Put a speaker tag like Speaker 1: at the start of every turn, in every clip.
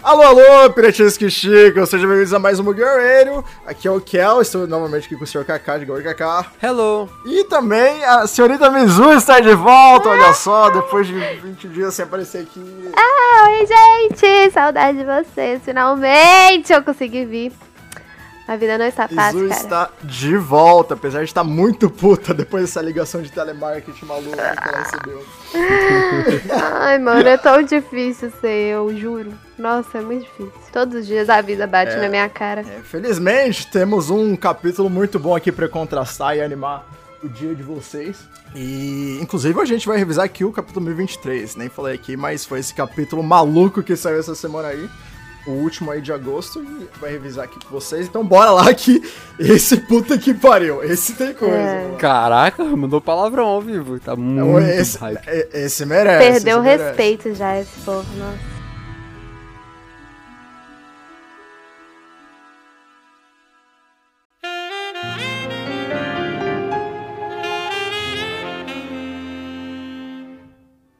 Speaker 1: Alô, alô, piratinhas que chicam, sejam bem-vindos a mais um Guerreiro. Aqui é o Kel, estou novamente aqui com o senhor Kaká de Gaur Kaká.
Speaker 2: Hello!
Speaker 1: E também a senhorita Mizu está de volta, olha só, depois de 20 dias sem aparecer aqui.
Speaker 3: Ah, Oi, gente! Saudade de vocês. Finalmente eu consegui vir. A vida não está fácil,
Speaker 1: Mizu
Speaker 3: cara.
Speaker 1: está de volta, apesar de estar muito puta depois dessa ligação de telemarketing maluca que ela recebeu.
Speaker 3: Ai, mano, é tão difícil ser, eu juro. Nossa, é muito difícil. Todos os dias a vida bate na minha cara.
Speaker 1: É, felizmente, temos um capítulo muito bom aqui pra contrastar e animar o dia de vocês. E, inclusive, a gente vai revisar aqui o capítulo 1023. Nem falei aqui, mas foi esse capítulo maluco que saiu essa semana aí. O último aí de agosto. E vai revisar aqui com vocês. Então, bora lá que esse puta que pariu. Esse tem coisa.
Speaker 3: É.
Speaker 1: mano.
Speaker 2: Caraca, mandou palavrão ao vivo. Tá muito
Speaker 1: Então, Esse,
Speaker 2: hype.
Speaker 1: é- esse merece.
Speaker 3: Perdeu o
Speaker 1: esse merece.
Speaker 3: respeito já esse povo, nossa.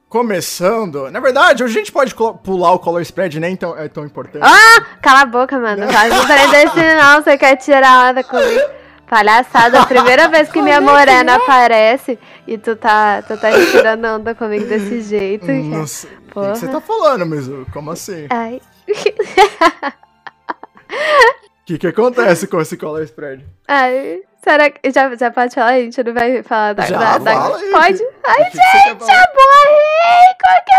Speaker 1: Começando. Na verdade, hoje a gente pode colo- pular o color spread, nem tão, é tão importante.
Speaker 3: Ah, Cala a boca, mano. Não faz diferença desse não. Você quer tirar onda comigo. Palhaçada. A primeira vez que
Speaker 1: é
Speaker 3: minha morena aparece e tu tá, tu tá tirando onda comigo desse jeito.
Speaker 1: Não
Speaker 3: cara.
Speaker 1: sei. O que
Speaker 3: Porra.
Speaker 1: que você tá falando, Mizu? Como assim?
Speaker 3: Ai.
Speaker 1: O que, que acontece com esse color spread?
Speaker 3: Ai, será que. Já, já pode falar? A gente não vai falar da.
Speaker 1: Já,
Speaker 3: da, da-
Speaker 1: fala aí.
Speaker 3: Pode? Ai,
Speaker 1: O que que você quer falar?
Speaker 3: já morri! Como que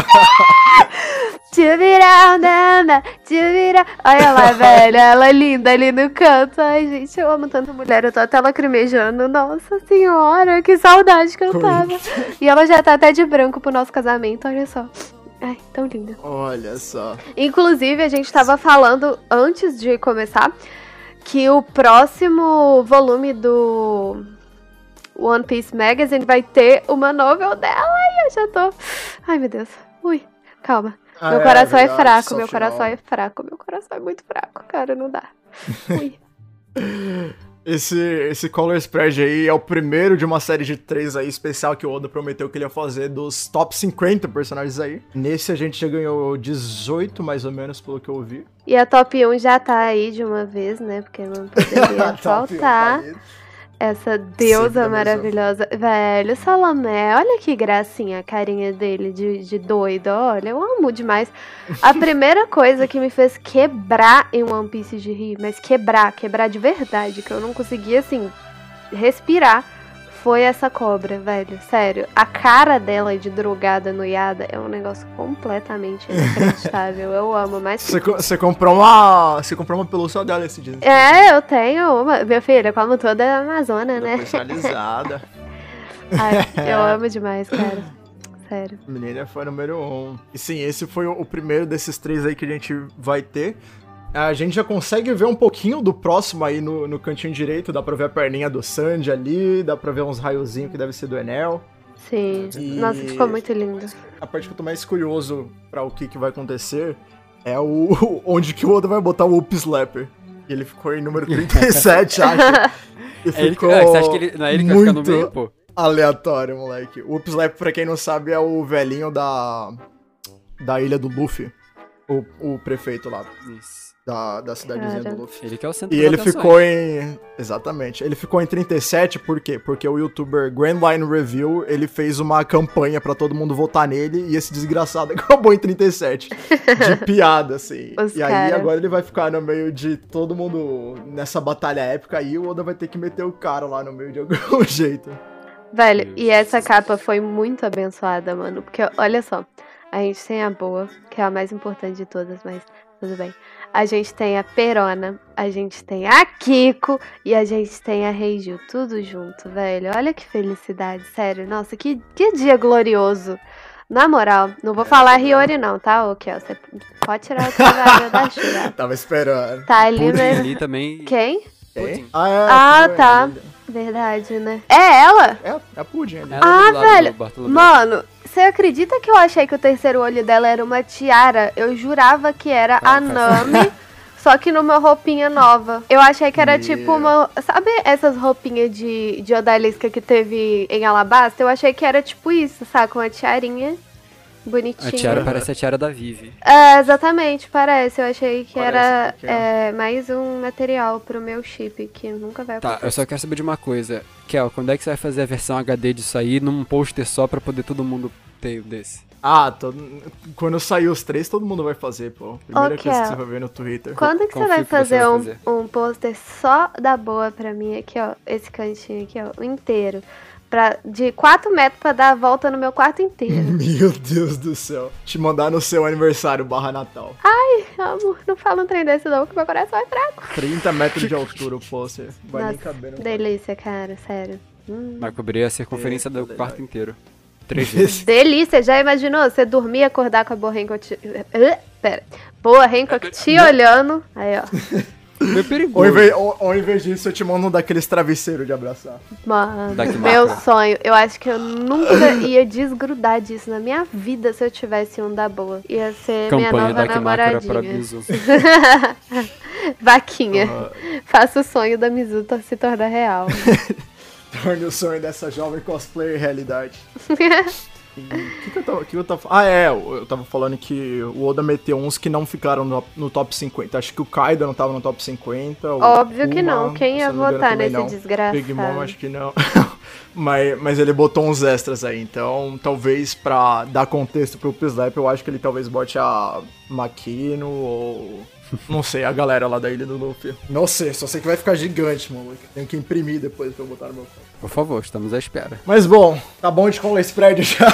Speaker 3: aparece? Te virar, nana, te virar. Olha lá, velho, ela é linda ali no canto. Ai, gente, eu amo tanta mulher. Eu tô até lacrimejando. Nossa senhora, que saudade que eu tava. E ela já tá até de branco pro nosso casamento, olha só. Ai, tão linda.
Speaker 1: Olha só.
Speaker 3: Inclusive, a gente tava falando antes de começar que o próximo volume do One Piece Magazine vai ter uma novel dela e eu já tô. Ai, meu Deus. Ui, calma.
Speaker 1: Ah,
Speaker 3: meu coração é, fraco, meu coração é fraco, meu coração é muito fraco, cara, não dá. Ui.
Speaker 1: Esse, esse color spread aí é o primeiro de uma série de três aí especial que o Oda prometeu que ele ia fazer dos top 50 personagens aí. Nesse a gente já ganhou 18, mais ou menos, pelo que eu ouvi.
Speaker 3: E a top 1 já tá aí de uma vez, né? Porque não
Speaker 1: um.
Speaker 3: poderia faltar. Essa
Speaker 1: Sempre
Speaker 3: deusa
Speaker 1: da mesma.
Speaker 3: maravilhosa. Velho, Salomé, olha que gracinha a carinha dele de, de doido. Olha, eu amo demais. A primeira coisa que me fez quebrar em One Piece de rir, mas quebrar, quebrar de verdade, que eu não conseguia, assim, respirar, foi essa cobra, velho. Sério, a cara dela de drogada, noiada, é um negócio completamente inacreditável. eu amo, mas
Speaker 1: Você, co- você comprou uma. Você comprou uma pelúcia dela esse dia.
Speaker 3: É, eu tenho uma. Meu filho, como toda a Amazônia, né?
Speaker 1: Personalizada.
Speaker 3: Ai, eu amo demais, cara. Sério.
Speaker 1: Menina foi número um. E sim, esse foi o o primeiro desses três aí que a gente vai ter. A gente já consegue ver um pouquinho do próximo aí no, no cantinho direito. Dá pra ver a perninha do Sandy ali, dá pra ver uns raiozinhos que deve ser do Enel.
Speaker 3: Sim.
Speaker 1: E-
Speaker 3: Nossa, ficou muito lindo.
Speaker 1: A parte que eu tô mais curioso pra o que, que vai acontecer é o onde que o Oda vai botar o Whoop Slapper. Ele ficou em número 37, acho. E
Speaker 2: É ele que, ah, você acha que ele, não é ele que vai
Speaker 1: muito
Speaker 2: ficar no meio, pô?
Speaker 1: aleatório, moleque. O Whoop Slap, pra quem não sabe, é o velhinho da. Da ilha do Luffy. O, o prefeito lá
Speaker 2: Isso.
Speaker 1: da, da cidadezinha
Speaker 3: Cara.
Speaker 1: do Luffy.
Speaker 2: Ele que é o centro
Speaker 1: E
Speaker 2: das
Speaker 1: ele
Speaker 2: atenções.
Speaker 1: ficou em. Exatamente. Ele ficou em 37, por quê? Porque o youtuber Grand Line Review ele fez uma campanha pra todo mundo votar nele e esse desgraçado acabou em 37. De piada, assim.
Speaker 3: Os
Speaker 1: e aí
Speaker 3: cara.
Speaker 1: agora ele vai ficar no meio de todo mundo nessa batalha épica aí o Oda vai ter que meter o cara lá no meio de algum jeito.
Speaker 3: Velho,
Speaker 2: Meu
Speaker 3: e essa
Speaker 2: Jesus.
Speaker 3: capa foi muito abençoada, mano. Porque, olha só, a gente tem a boa, que é a mais importante de todas, mas tudo bem. A gente tem a Perona, a gente tem a Kiko e a gente tem a Reiju, tudo junto, velho. Olha que felicidade, sério. Nossa, que, que dia glorioso. Na moral, não vou falar Riori não, tá, ô Kel? Você pode tirar o trabalho da chuva.
Speaker 1: Tava esperando.
Speaker 3: Tá ali,
Speaker 2: Putin
Speaker 3: né?
Speaker 2: ali também.
Speaker 3: Quem?
Speaker 2: Putin.
Speaker 1: Ah, é,
Speaker 3: Ah,
Speaker 1: foi,
Speaker 3: tá. Verdade, né? É ela?
Speaker 1: É, é a Pudim ali.
Speaker 2: Ela do lado
Speaker 3: Ah, velho.
Speaker 2: do Bartolomeu.
Speaker 3: Mano, você acredita que eu achei que o terceiro olho dela era uma tiara? Eu jurava que era
Speaker 2: Ah,
Speaker 3: a
Speaker 2: faz
Speaker 3: Nami, só que numa roupinha nova. Eu achei que era
Speaker 1: Meu.
Speaker 3: tipo uma. Sabe essas roupinhas de, de odalisca que teve em Alabasta? Eu achei que era tipo isso, saca? Uma tiarinha. bonitinho.
Speaker 2: A tiara parece a tiara da Vivi.
Speaker 3: É, exatamente, parece. Eu achei que
Speaker 1: Parece
Speaker 3: era
Speaker 1: um pouquinho.
Speaker 3: é, mais um material pro meu chip, que nunca vai
Speaker 2: Tá,
Speaker 3: acontecer.
Speaker 2: eu só quero saber de uma coisa. Kel, quando é que você vai fazer a versão HD disso aí num pôster só pra poder todo mundo ter um desse?
Speaker 1: Ah, tô- quando sair os três, todo mundo vai fazer, pô. Primeira
Speaker 3: Ok.
Speaker 1: coisa que você vai ver no Twitter.
Speaker 3: Quando que
Speaker 2: Confio
Speaker 3: você vai
Speaker 2: que você vai
Speaker 3: fazer um,
Speaker 2: fazer.
Speaker 3: um pôster só da boa pra mim aqui, ó? Esse cantinho aqui, ó, o inteiro. Pra, de 4 metros pra dar a volta no meu quarto inteiro.
Speaker 1: Meu Deus do céu. Te mandar no seu aniversário barra Natal.
Speaker 3: Amor, não fala um trem desse não, que meu coração é fraco.
Speaker 1: 30 metros de altura o pôster. Vai nem
Speaker 3: Nossa,
Speaker 1: caber no
Speaker 3: Delícia, cara, sério. Hum.
Speaker 2: Vai cobrir a circunferência
Speaker 1: É,
Speaker 2: do
Speaker 1: legal.
Speaker 2: quarto inteiro. Três vezes.
Speaker 3: Delícia, já imaginou? Você dormir e acordar com a boa Hancock te... Ah, Pera. Boa
Speaker 2: É
Speaker 3: Hancock te olhando. Aí, ó.
Speaker 2: Meio
Speaker 1: Ou
Speaker 2: perigoso.
Speaker 1: em, vez, ou, ou em vez disso, eu te mando um daqueles travesseiros de abraçar.
Speaker 3: Mano,
Speaker 2: Daqui
Speaker 3: meu
Speaker 2: marca.
Speaker 3: sonho. Eu acho que eu nunca ia desgrudar disso na minha vida se eu tivesse um da boa. Ia ser minha
Speaker 2: Campanha
Speaker 3: nova
Speaker 2: da Kimakura para
Speaker 3: namoradinha.
Speaker 2: Bizu.
Speaker 3: Vaquinha.
Speaker 2: Então, ah,
Speaker 3: Faça o sonho da Mizuta se tornar real.
Speaker 1: Torne o sonho dessa jovem cosplayer realidade. E O que, que eu tava. o que eu tava- ah, é, eu eu tava falando que o Oda meteu uns que não ficaram no, no top 50. Acho que o Kaido não tava no top 50. o
Speaker 3: Óbvio que
Speaker 1: Kuma,
Speaker 3: não. Quem
Speaker 1: se
Speaker 3: ia
Speaker 1: eu não me engano,
Speaker 3: votar
Speaker 1: também
Speaker 3: nesse desgraçado?
Speaker 1: Big Mom, acho que não. mas, mas ele botou uns extras aí. Então, talvez pra dar contexto pro Pislap, eu acho que ele talvez bote a Makino ou. Não sei, a galera lá da Ilha do Luffy. Não sei, só sei que vai ficar gigante, maluco. Tenho que imprimir depois pra eu botar no meu quarto.
Speaker 2: Por favor, estamos à espera.
Speaker 1: Mas bom, tá bom de cola spread já.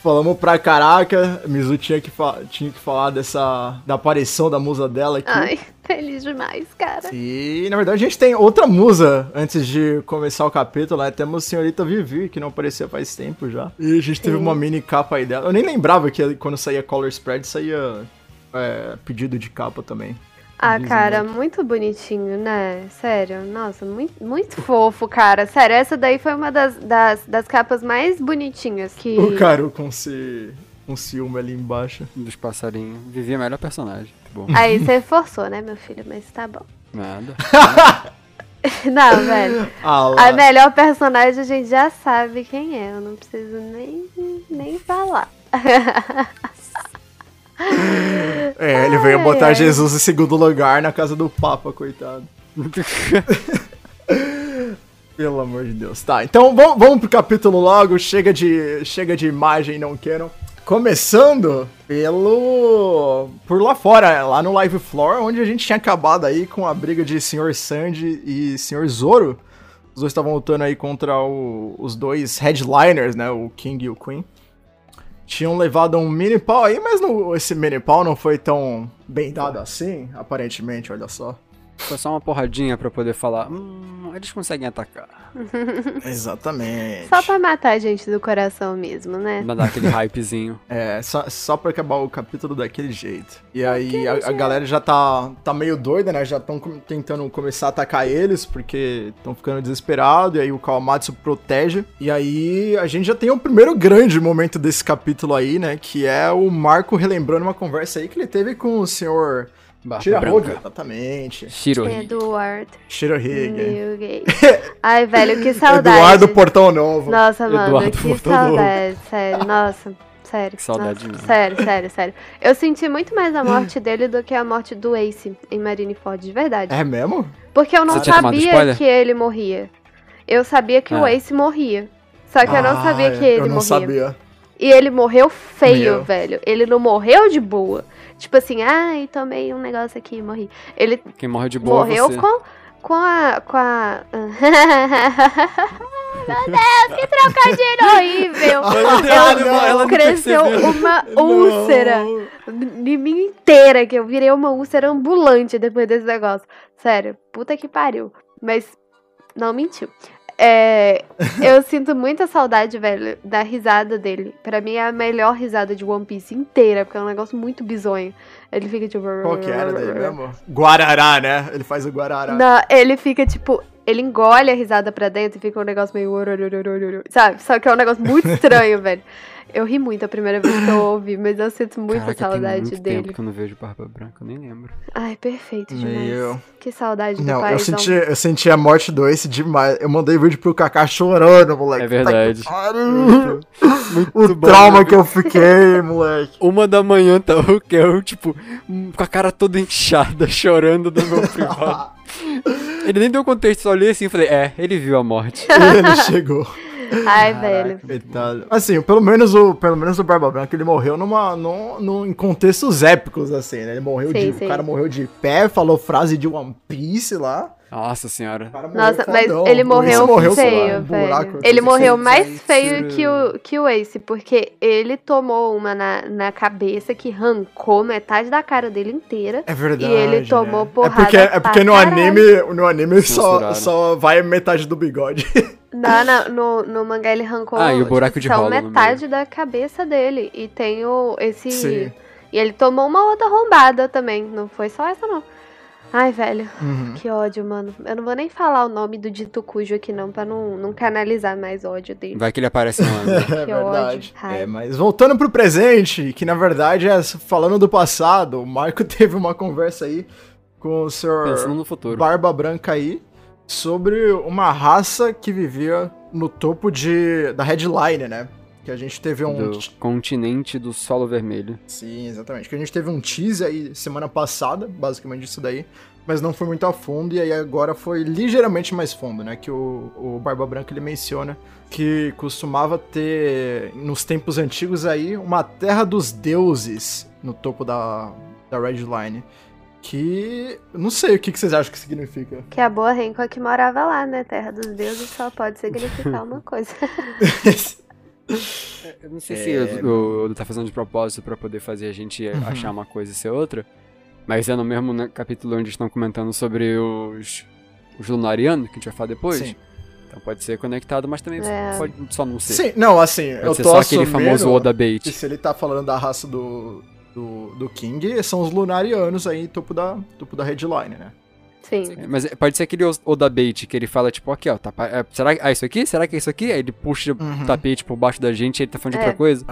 Speaker 1: Falamos pra caraca, Mizu tinha que, fa- tinha que falar dessa. da aparição da musa dela aqui.
Speaker 3: Ai, feliz demais, cara.
Speaker 1: E na verdade a gente tem outra musa antes de começar o capítulo, né? Temos Senhorita Vivi, que não aparecia faz tempo já. E a gente teve uma mini capa aí dela. Eu nem lembrava que quando saía Color Spread saía é, pedido de capa também.
Speaker 3: Ah,
Speaker 1: Diz
Speaker 3: cara, muito bonitinho, né? Sério, nossa, muito, muito fofo, cara. Sério, essa daí foi uma das, das, das capas mais bonitinhas que.
Speaker 1: O Karu com, ci... com ciúme ali embaixo.
Speaker 2: Dos passarinhos. Vivi é a melhor personagem. Muito bom.
Speaker 3: Aí você forçou, né, meu filho? Mas tá bom.
Speaker 2: Nada.
Speaker 3: Não, velho.
Speaker 1: Ah
Speaker 3: A
Speaker 1: lá.
Speaker 3: melhor personagem a gente já sabe quem é. Eu não preciso nem, nem falar.
Speaker 1: É, ele veio botar
Speaker 3: ai.
Speaker 1: Jesus em segundo lugar na casa do Papa, coitado. Pelo amor de Deus. Tá, então vamos, vamos pro capítulo logo. Chega de, chega de imagem, não quero. Começando pelo. por lá fora, lá no Live Floor, onde a gente tinha acabado aí com a briga de Sr. Sandy e Sr. Zoro. Os dois estavam lutando aí contra o- os dois headliners, né? O King e o Queen. Tinham levado um mini pau aí, mas não- esse mini pau não foi tão bem dado assim, aparentemente, olha só.
Speaker 2: Foi só uma porradinha pra poder falar. Hum, eles conseguem atacar.
Speaker 1: Exatamente.
Speaker 3: Só pra matar a gente do coração mesmo, né?
Speaker 2: Mandar aquele hypezinho.
Speaker 1: É, só, só pra acabar o capítulo daquele jeito. E aí a, a
Speaker 3: né?
Speaker 1: galera já tá, tá meio doida, né? Já estão tentando começar a atacar eles, porque estão ficando desesperados, e aí o Kawamatsu protege. E aí a gente já tem o primeiro grande momento desse capítulo aí, né? Que é o Marco relembrando uma conversa aí que ele teve com o senhor
Speaker 2: Barba
Speaker 1: Tirahoga.
Speaker 2: branca.
Speaker 1: Exatamente.
Speaker 2: Shirohi.
Speaker 3: é Eduardo
Speaker 1: Shirohige.
Speaker 3: Newgate. Ai, velho, que saudade.
Speaker 1: Eduardo Portão Novo.
Speaker 3: Hum, Nossa, mano,
Speaker 2: Eduardo
Speaker 3: que
Speaker 2: Montalvo.
Speaker 3: saudade, sério. Nossa, sério.
Speaker 2: Que saudade
Speaker 3: nossa,
Speaker 2: mesmo.
Speaker 3: Sério, sério, sério. Eu senti muito mais a morte dele do que a morte do Ace em Marineford, de verdade.
Speaker 1: É mesmo?
Speaker 3: Porque eu não
Speaker 2: Você tinha tomado
Speaker 3: sabia
Speaker 2: spoiler?
Speaker 3: que ele morria. Eu sabia que o
Speaker 2: Ah.
Speaker 3: Ace morria. Só que eu não
Speaker 1: Ah,
Speaker 3: sabia que ele
Speaker 1: Eu não
Speaker 3: morria.
Speaker 1: sabia.
Speaker 3: E ele morreu feio,
Speaker 1: Meu.
Speaker 3: velho. Ele não morreu de boa. Tipo assim, ai, tomei um negócio aqui e morri. Ele
Speaker 2: Quem morre de boa é
Speaker 3: morreu
Speaker 2: você.
Speaker 3: com, com a. com a. Meu Deus, que trocadilho horrível!
Speaker 2: Ela não- ela não
Speaker 3: cresceu
Speaker 2: percebeu.
Speaker 3: uma úlcera
Speaker 1: Não.
Speaker 3: de mim inteira, que eu virei uma úlcera ambulante depois desse negócio. Sério, puta que pariu. Mas não mentiu. É, eu sinto muita saudade, velho, da risada dele. Pra mim é a melhor risada de One Piece inteira, porque é um negócio muito bizonho. Ele fica tipo.
Speaker 1: Qual que era daí mesmo? Guarará, né? Ele faz o Guarará.
Speaker 3: Não, ele fica tipo. ele engole a risada pra dentro e fica um negócio meio. Sabe? Só que é um negócio muito estranho, velho. Eu ri muito a primeira vez que eu ouvi, mas eu sinto muita
Speaker 2: Caraca,
Speaker 3: saudade
Speaker 2: tem muito
Speaker 3: dele.
Speaker 2: tempo que eu não vejo Barba Branca, eu nem lembro.
Speaker 3: Ai, perfeito demais.
Speaker 1: Meu.
Speaker 3: Que saudade do
Speaker 1: Não, eu
Speaker 3: paizão.
Speaker 1: senti, eu senti a morte do Ace demais. Eu mandei vídeo pro Kaká chorando, moleque.
Speaker 2: É verdade.
Speaker 1: Tá que pariu.
Speaker 2: Muito
Speaker 1: o
Speaker 2: bom,
Speaker 1: trauma
Speaker 2: né?
Speaker 1: que eu fiquei, moleque.
Speaker 2: Uma da manhã tá o Kel, tipo, hum, com a cara toda inchada, chorando do meu privado. ele nem deu contexto, só olhei assim e falei, é, ele viu a morte.
Speaker 1: Ele chegou.
Speaker 3: Ai, velho.
Speaker 1: Coitado. Assim, pelo menos o, pelo menos o Barba Branca, ele morreu numa, num, num- em contextos épicos, assim, né? Ele morreu
Speaker 3: Sim,
Speaker 1: de.
Speaker 3: sim.
Speaker 1: O cara morreu de pé, falou frase de One Piece lá.
Speaker 2: Nossa senhora.
Speaker 1: O cara morreu
Speaker 3: Nossa,
Speaker 2: é
Speaker 3: mas
Speaker 1: fodão.
Speaker 3: ele
Speaker 1: O
Speaker 3: morreu,
Speaker 1: Ace morreu, sei lá,
Speaker 3: feio,
Speaker 1: um
Speaker 3: velho.
Speaker 1: buraco.
Speaker 3: Ele morreu
Speaker 2: Sim,
Speaker 3: mais
Speaker 2: sim,
Speaker 3: feio
Speaker 2: sim.
Speaker 3: que o, que o Ace, porque ele tomou uma na, na cabeça que arrancou metade da cara dele inteira.
Speaker 1: É verdade.
Speaker 3: E ele tomou
Speaker 1: né?
Speaker 3: porrada
Speaker 1: É porque, é porque
Speaker 3: pra
Speaker 1: no
Speaker 3: caralho.
Speaker 1: anime, no anime só,
Speaker 2: Censuraram.
Speaker 1: só vai metade do bigode.
Speaker 3: Na, na- no, no mangá ele arrancou
Speaker 2: Ah, e o buraco de
Speaker 3: só
Speaker 2: rola no
Speaker 3: metade da cabeça dele. E tem o, esse.
Speaker 1: Sim.
Speaker 3: E ele tomou uma outra arrombada também. Não foi só essa, não. Ai, velho.
Speaker 1: Uhum.
Speaker 3: Que ódio, mano. Eu não vou nem falar o nome do dito cujo aqui, não, pra não, não canalizar mais ódio dele.
Speaker 2: Vai que ele aparece um ano.
Speaker 1: É
Speaker 3: Que
Speaker 1: verdade.
Speaker 3: ódio. Ai.
Speaker 1: É, mas voltando pro presente, que na verdade é falando do passado, o Marco teve uma conversa aí com o senhor
Speaker 2: Pensando no futuro.
Speaker 1: Barba Branca aí sobre uma raça que vivia no topo de da headline, né? Que a gente teve um
Speaker 2: Do continente do solo vermelho.
Speaker 1: Sim, exatamente. Que a gente teve um teaser aí semana passada, basicamente isso daí, mas não foi muito a fundo, e aí agora foi ligeiramente mais fundo, né? Que o, o Barba Branca ele menciona que costumava ter, nos tempos antigos aí, uma terra dos deuses no topo da, da Red Line. Que. eu Não sei o que, que vocês acham que significa.
Speaker 3: Que é a boa Renko que morava lá, né? Terra dos deuses só pode significar uma coisa.
Speaker 2: Eu não sei se o- o Oda tá fazendo de propósito pra poder fazer a gente
Speaker 1: Uhum.
Speaker 2: achar uma coisa e ser outra. Mas é no mesmo né, capítulo onde estão comentando sobre os, os lunarianos, que a gente vai falar depois.
Speaker 1: Sim.
Speaker 2: Então pode ser conectado, mas também
Speaker 3: É.
Speaker 2: pode só não ser.
Speaker 1: Sim, não, assim, eu
Speaker 2: Pode
Speaker 1: tô
Speaker 2: ser só aquele
Speaker 1: assumindo-
Speaker 2: famoso Oda
Speaker 1: que
Speaker 2: Bait.
Speaker 1: se ele tá falando da raça do, do, do King, são os lunarianos aí, topo da, topo da headline, né?
Speaker 3: Sim.
Speaker 2: É, Mas é- pode ser aquele os- Oda Bait que ele fala, tipo, aqui, ó, tá, pa- é, será que ah, isso aqui? Será que é isso aqui? Aí ele puxa
Speaker 1: Uhum.
Speaker 2: o tapete por baixo da gente e ele tá falando de
Speaker 3: É.
Speaker 2: outra coisa.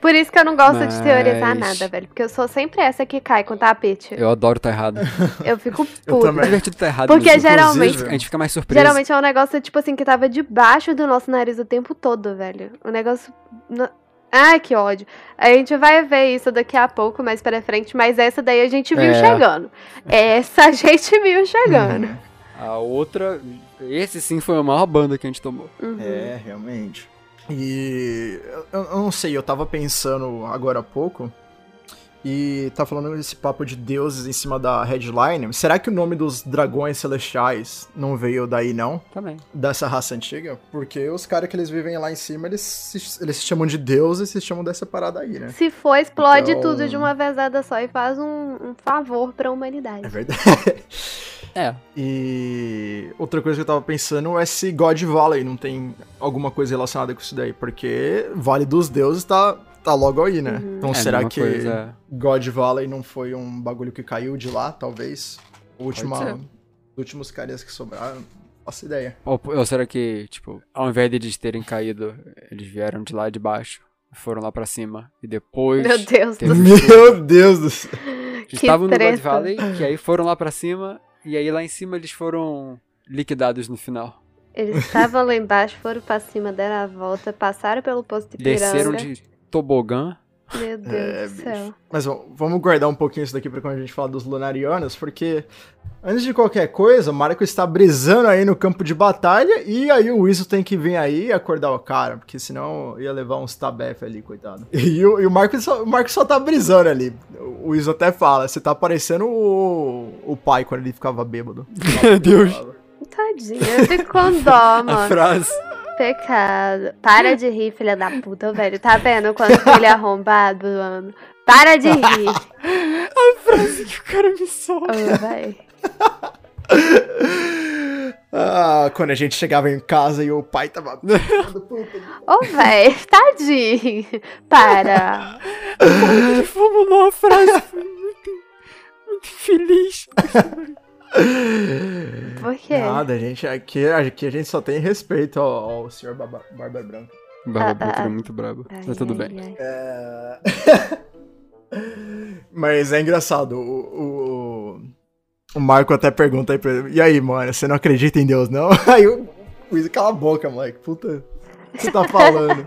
Speaker 3: Por isso que eu não gosto
Speaker 2: Mas-
Speaker 3: de teorizar nada, velho. Porque eu sou sempre essa que cai com o tapete. Eu,
Speaker 2: Eu adoro tá errado.
Speaker 3: fico puta.
Speaker 2: É
Speaker 1: também.
Speaker 2: divertido tá errado.
Speaker 3: Porque
Speaker 2: mas-
Speaker 3: geralmente-
Speaker 2: A gente fica mais surpreso.
Speaker 3: Geralmente é um negócio, tipo assim, que tava debaixo do nosso nariz o tempo todo, velho. O negócio. no- Ai, que ódio. A gente vai ver isso daqui a pouco, mais pra frente, mas essa daí a gente viu
Speaker 2: É.
Speaker 3: chegando. Essa a gente viu chegando.
Speaker 2: A outra. Esse sim foi a maior banda que a gente tomou.
Speaker 3: Uhum.
Speaker 1: É, realmente. E eu, eu não sei, eu tava pensando agora há pouco e tá falando esse papo de deuses em cima da headline. Será que o nome dos dragões celestiais não veio daí não,
Speaker 2: Também.
Speaker 1: dessa raça antiga? Porque os caras que eles vivem lá em cima, eles se, eles se chamam de deuses e se chamam dessa parada aí, né?
Speaker 3: Se for, explode
Speaker 1: Então-
Speaker 3: tudo de uma vezada só e faz um, um favor pra
Speaker 1: É
Speaker 3: humanidade.
Speaker 1: verdade.
Speaker 2: É.
Speaker 1: E outra coisa que eu tava pensando é se God Valley não tem alguma coisa relacionada com isso daí, porque Vale dos Deuses tá, tá logo aí, né?
Speaker 3: Uhum.
Speaker 2: É
Speaker 1: Então será que God Valley não foi um bagulho que caiu de lá, talvez? O Última,
Speaker 2: ser.
Speaker 1: os últimos caras que sobraram, não faço ideia.
Speaker 2: Ou, ou será que, tipo, ao invés deles terem caído, eles vieram de lá de baixo, foram lá pra cima e depois.
Speaker 3: Meu Deus do
Speaker 2: Teve-
Speaker 3: céu.
Speaker 1: Meu Deus do céu!
Speaker 2: Eles
Speaker 3: que
Speaker 2: estavam no God
Speaker 3: treta.
Speaker 2: Valley, que aí foram lá pra cima, e aí lá em cima eles foram liquidados no final.
Speaker 3: Eles estavam lá embaixo, foram pra cima, deram a volta, passaram pelo posto de piranga.
Speaker 2: Desceram de tobogã.
Speaker 3: Meu Deus
Speaker 1: É,
Speaker 3: do
Speaker 1: bicho.
Speaker 3: céu.
Speaker 1: Mas bom, vamos guardar um pouquinho isso daqui pra quando a gente falar dos Lunarianos, porque antes de qualquer coisa, o Marco está brisando aí no campo de batalha e aí o Wiso tem que vir aí e acordar o cara, porque senão ia levar uns tabef ali, coitado. E o, e o Marco, só, o Marco só tá brisando ali. O Wiso até fala, você tá parecendo o, o pai quando ele ficava bêbado.
Speaker 2: Meu Deus.
Speaker 3: Tadinha, eu fico com dó,
Speaker 2: A
Speaker 3: mano.
Speaker 2: frase.
Speaker 3: Pecado. Para de rir, filha da puta, velho. Tá vendo quando filho é arrombado, mano? Para de rir.
Speaker 2: A frase que o cara me solta.
Speaker 3: Ô, véi.
Speaker 1: Ah, quando a gente chegava em casa e o pai tava...
Speaker 3: Ô, véi, tadinho. Para. Ah,
Speaker 2: Ele formulou uma frase. Muito, muito infeliz.
Speaker 3: Por quê?
Speaker 1: Nada, gente. Aqui, aqui a gente só tem respeito ao, ao senhor Barba, Barba Branca.
Speaker 2: Barba
Speaker 3: Ah,
Speaker 2: Branca
Speaker 3: ah,
Speaker 2: é
Speaker 3: ah.
Speaker 2: muito braba. Tá
Speaker 3: Ai,
Speaker 2: tudo
Speaker 3: ai,
Speaker 2: bem.
Speaker 3: ai.
Speaker 1: É... Mas é engraçado. O, o, o Marco até pergunta aí pra ele: E aí, mano, você não acredita em Deus, não? Aí o Luiz, cala a boca, moleque. Puta, o que você tá falando?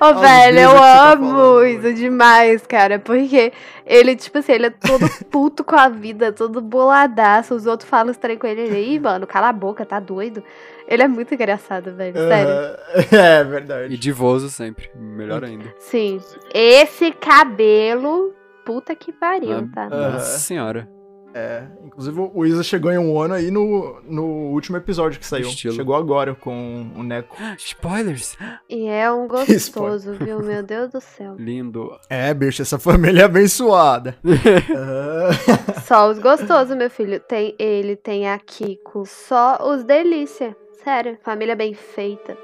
Speaker 3: Ô,
Speaker 1: Aos
Speaker 3: velho,
Speaker 1: dias
Speaker 3: eu
Speaker 1: que você tá
Speaker 3: amo
Speaker 1: falando,
Speaker 3: isso demais, cara. Porque ele, tipo assim, ele é todo puto com a vida, todo boladaço. Os outros falam os trem com ele. Ele, Ih, mano, cala a boca, tá doido? Ele é muito engraçado, velho. Sério.
Speaker 1: Aham, É verdade.
Speaker 2: E divoso sempre. Melhor ainda.
Speaker 3: Sim. Esse cabelo. Puta que pariu, tá?
Speaker 1: Ah.
Speaker 2: Nossa senhora.
Speaker 1: É, inclusive o Isa chegou em um ano aí no, no último episódio que saiu.
Speaker 2: Estilo.
Speaker 1: Chegou agora com o Neco.
Speaker 2: Spoilers!
Speaker 3: E é um
Speaker 1: Que spoiler.
Speaker 3: gostoso, viu? Meu Deus do céu.
Speaker 2: Lindo.
Speaker 1: É, bicho, essa família é abençoada. Aham.
Speaker 3: Só os gostosos, meu filho. Tem ele, tem a Kiko. Só os delícia. Sério, família bem feita.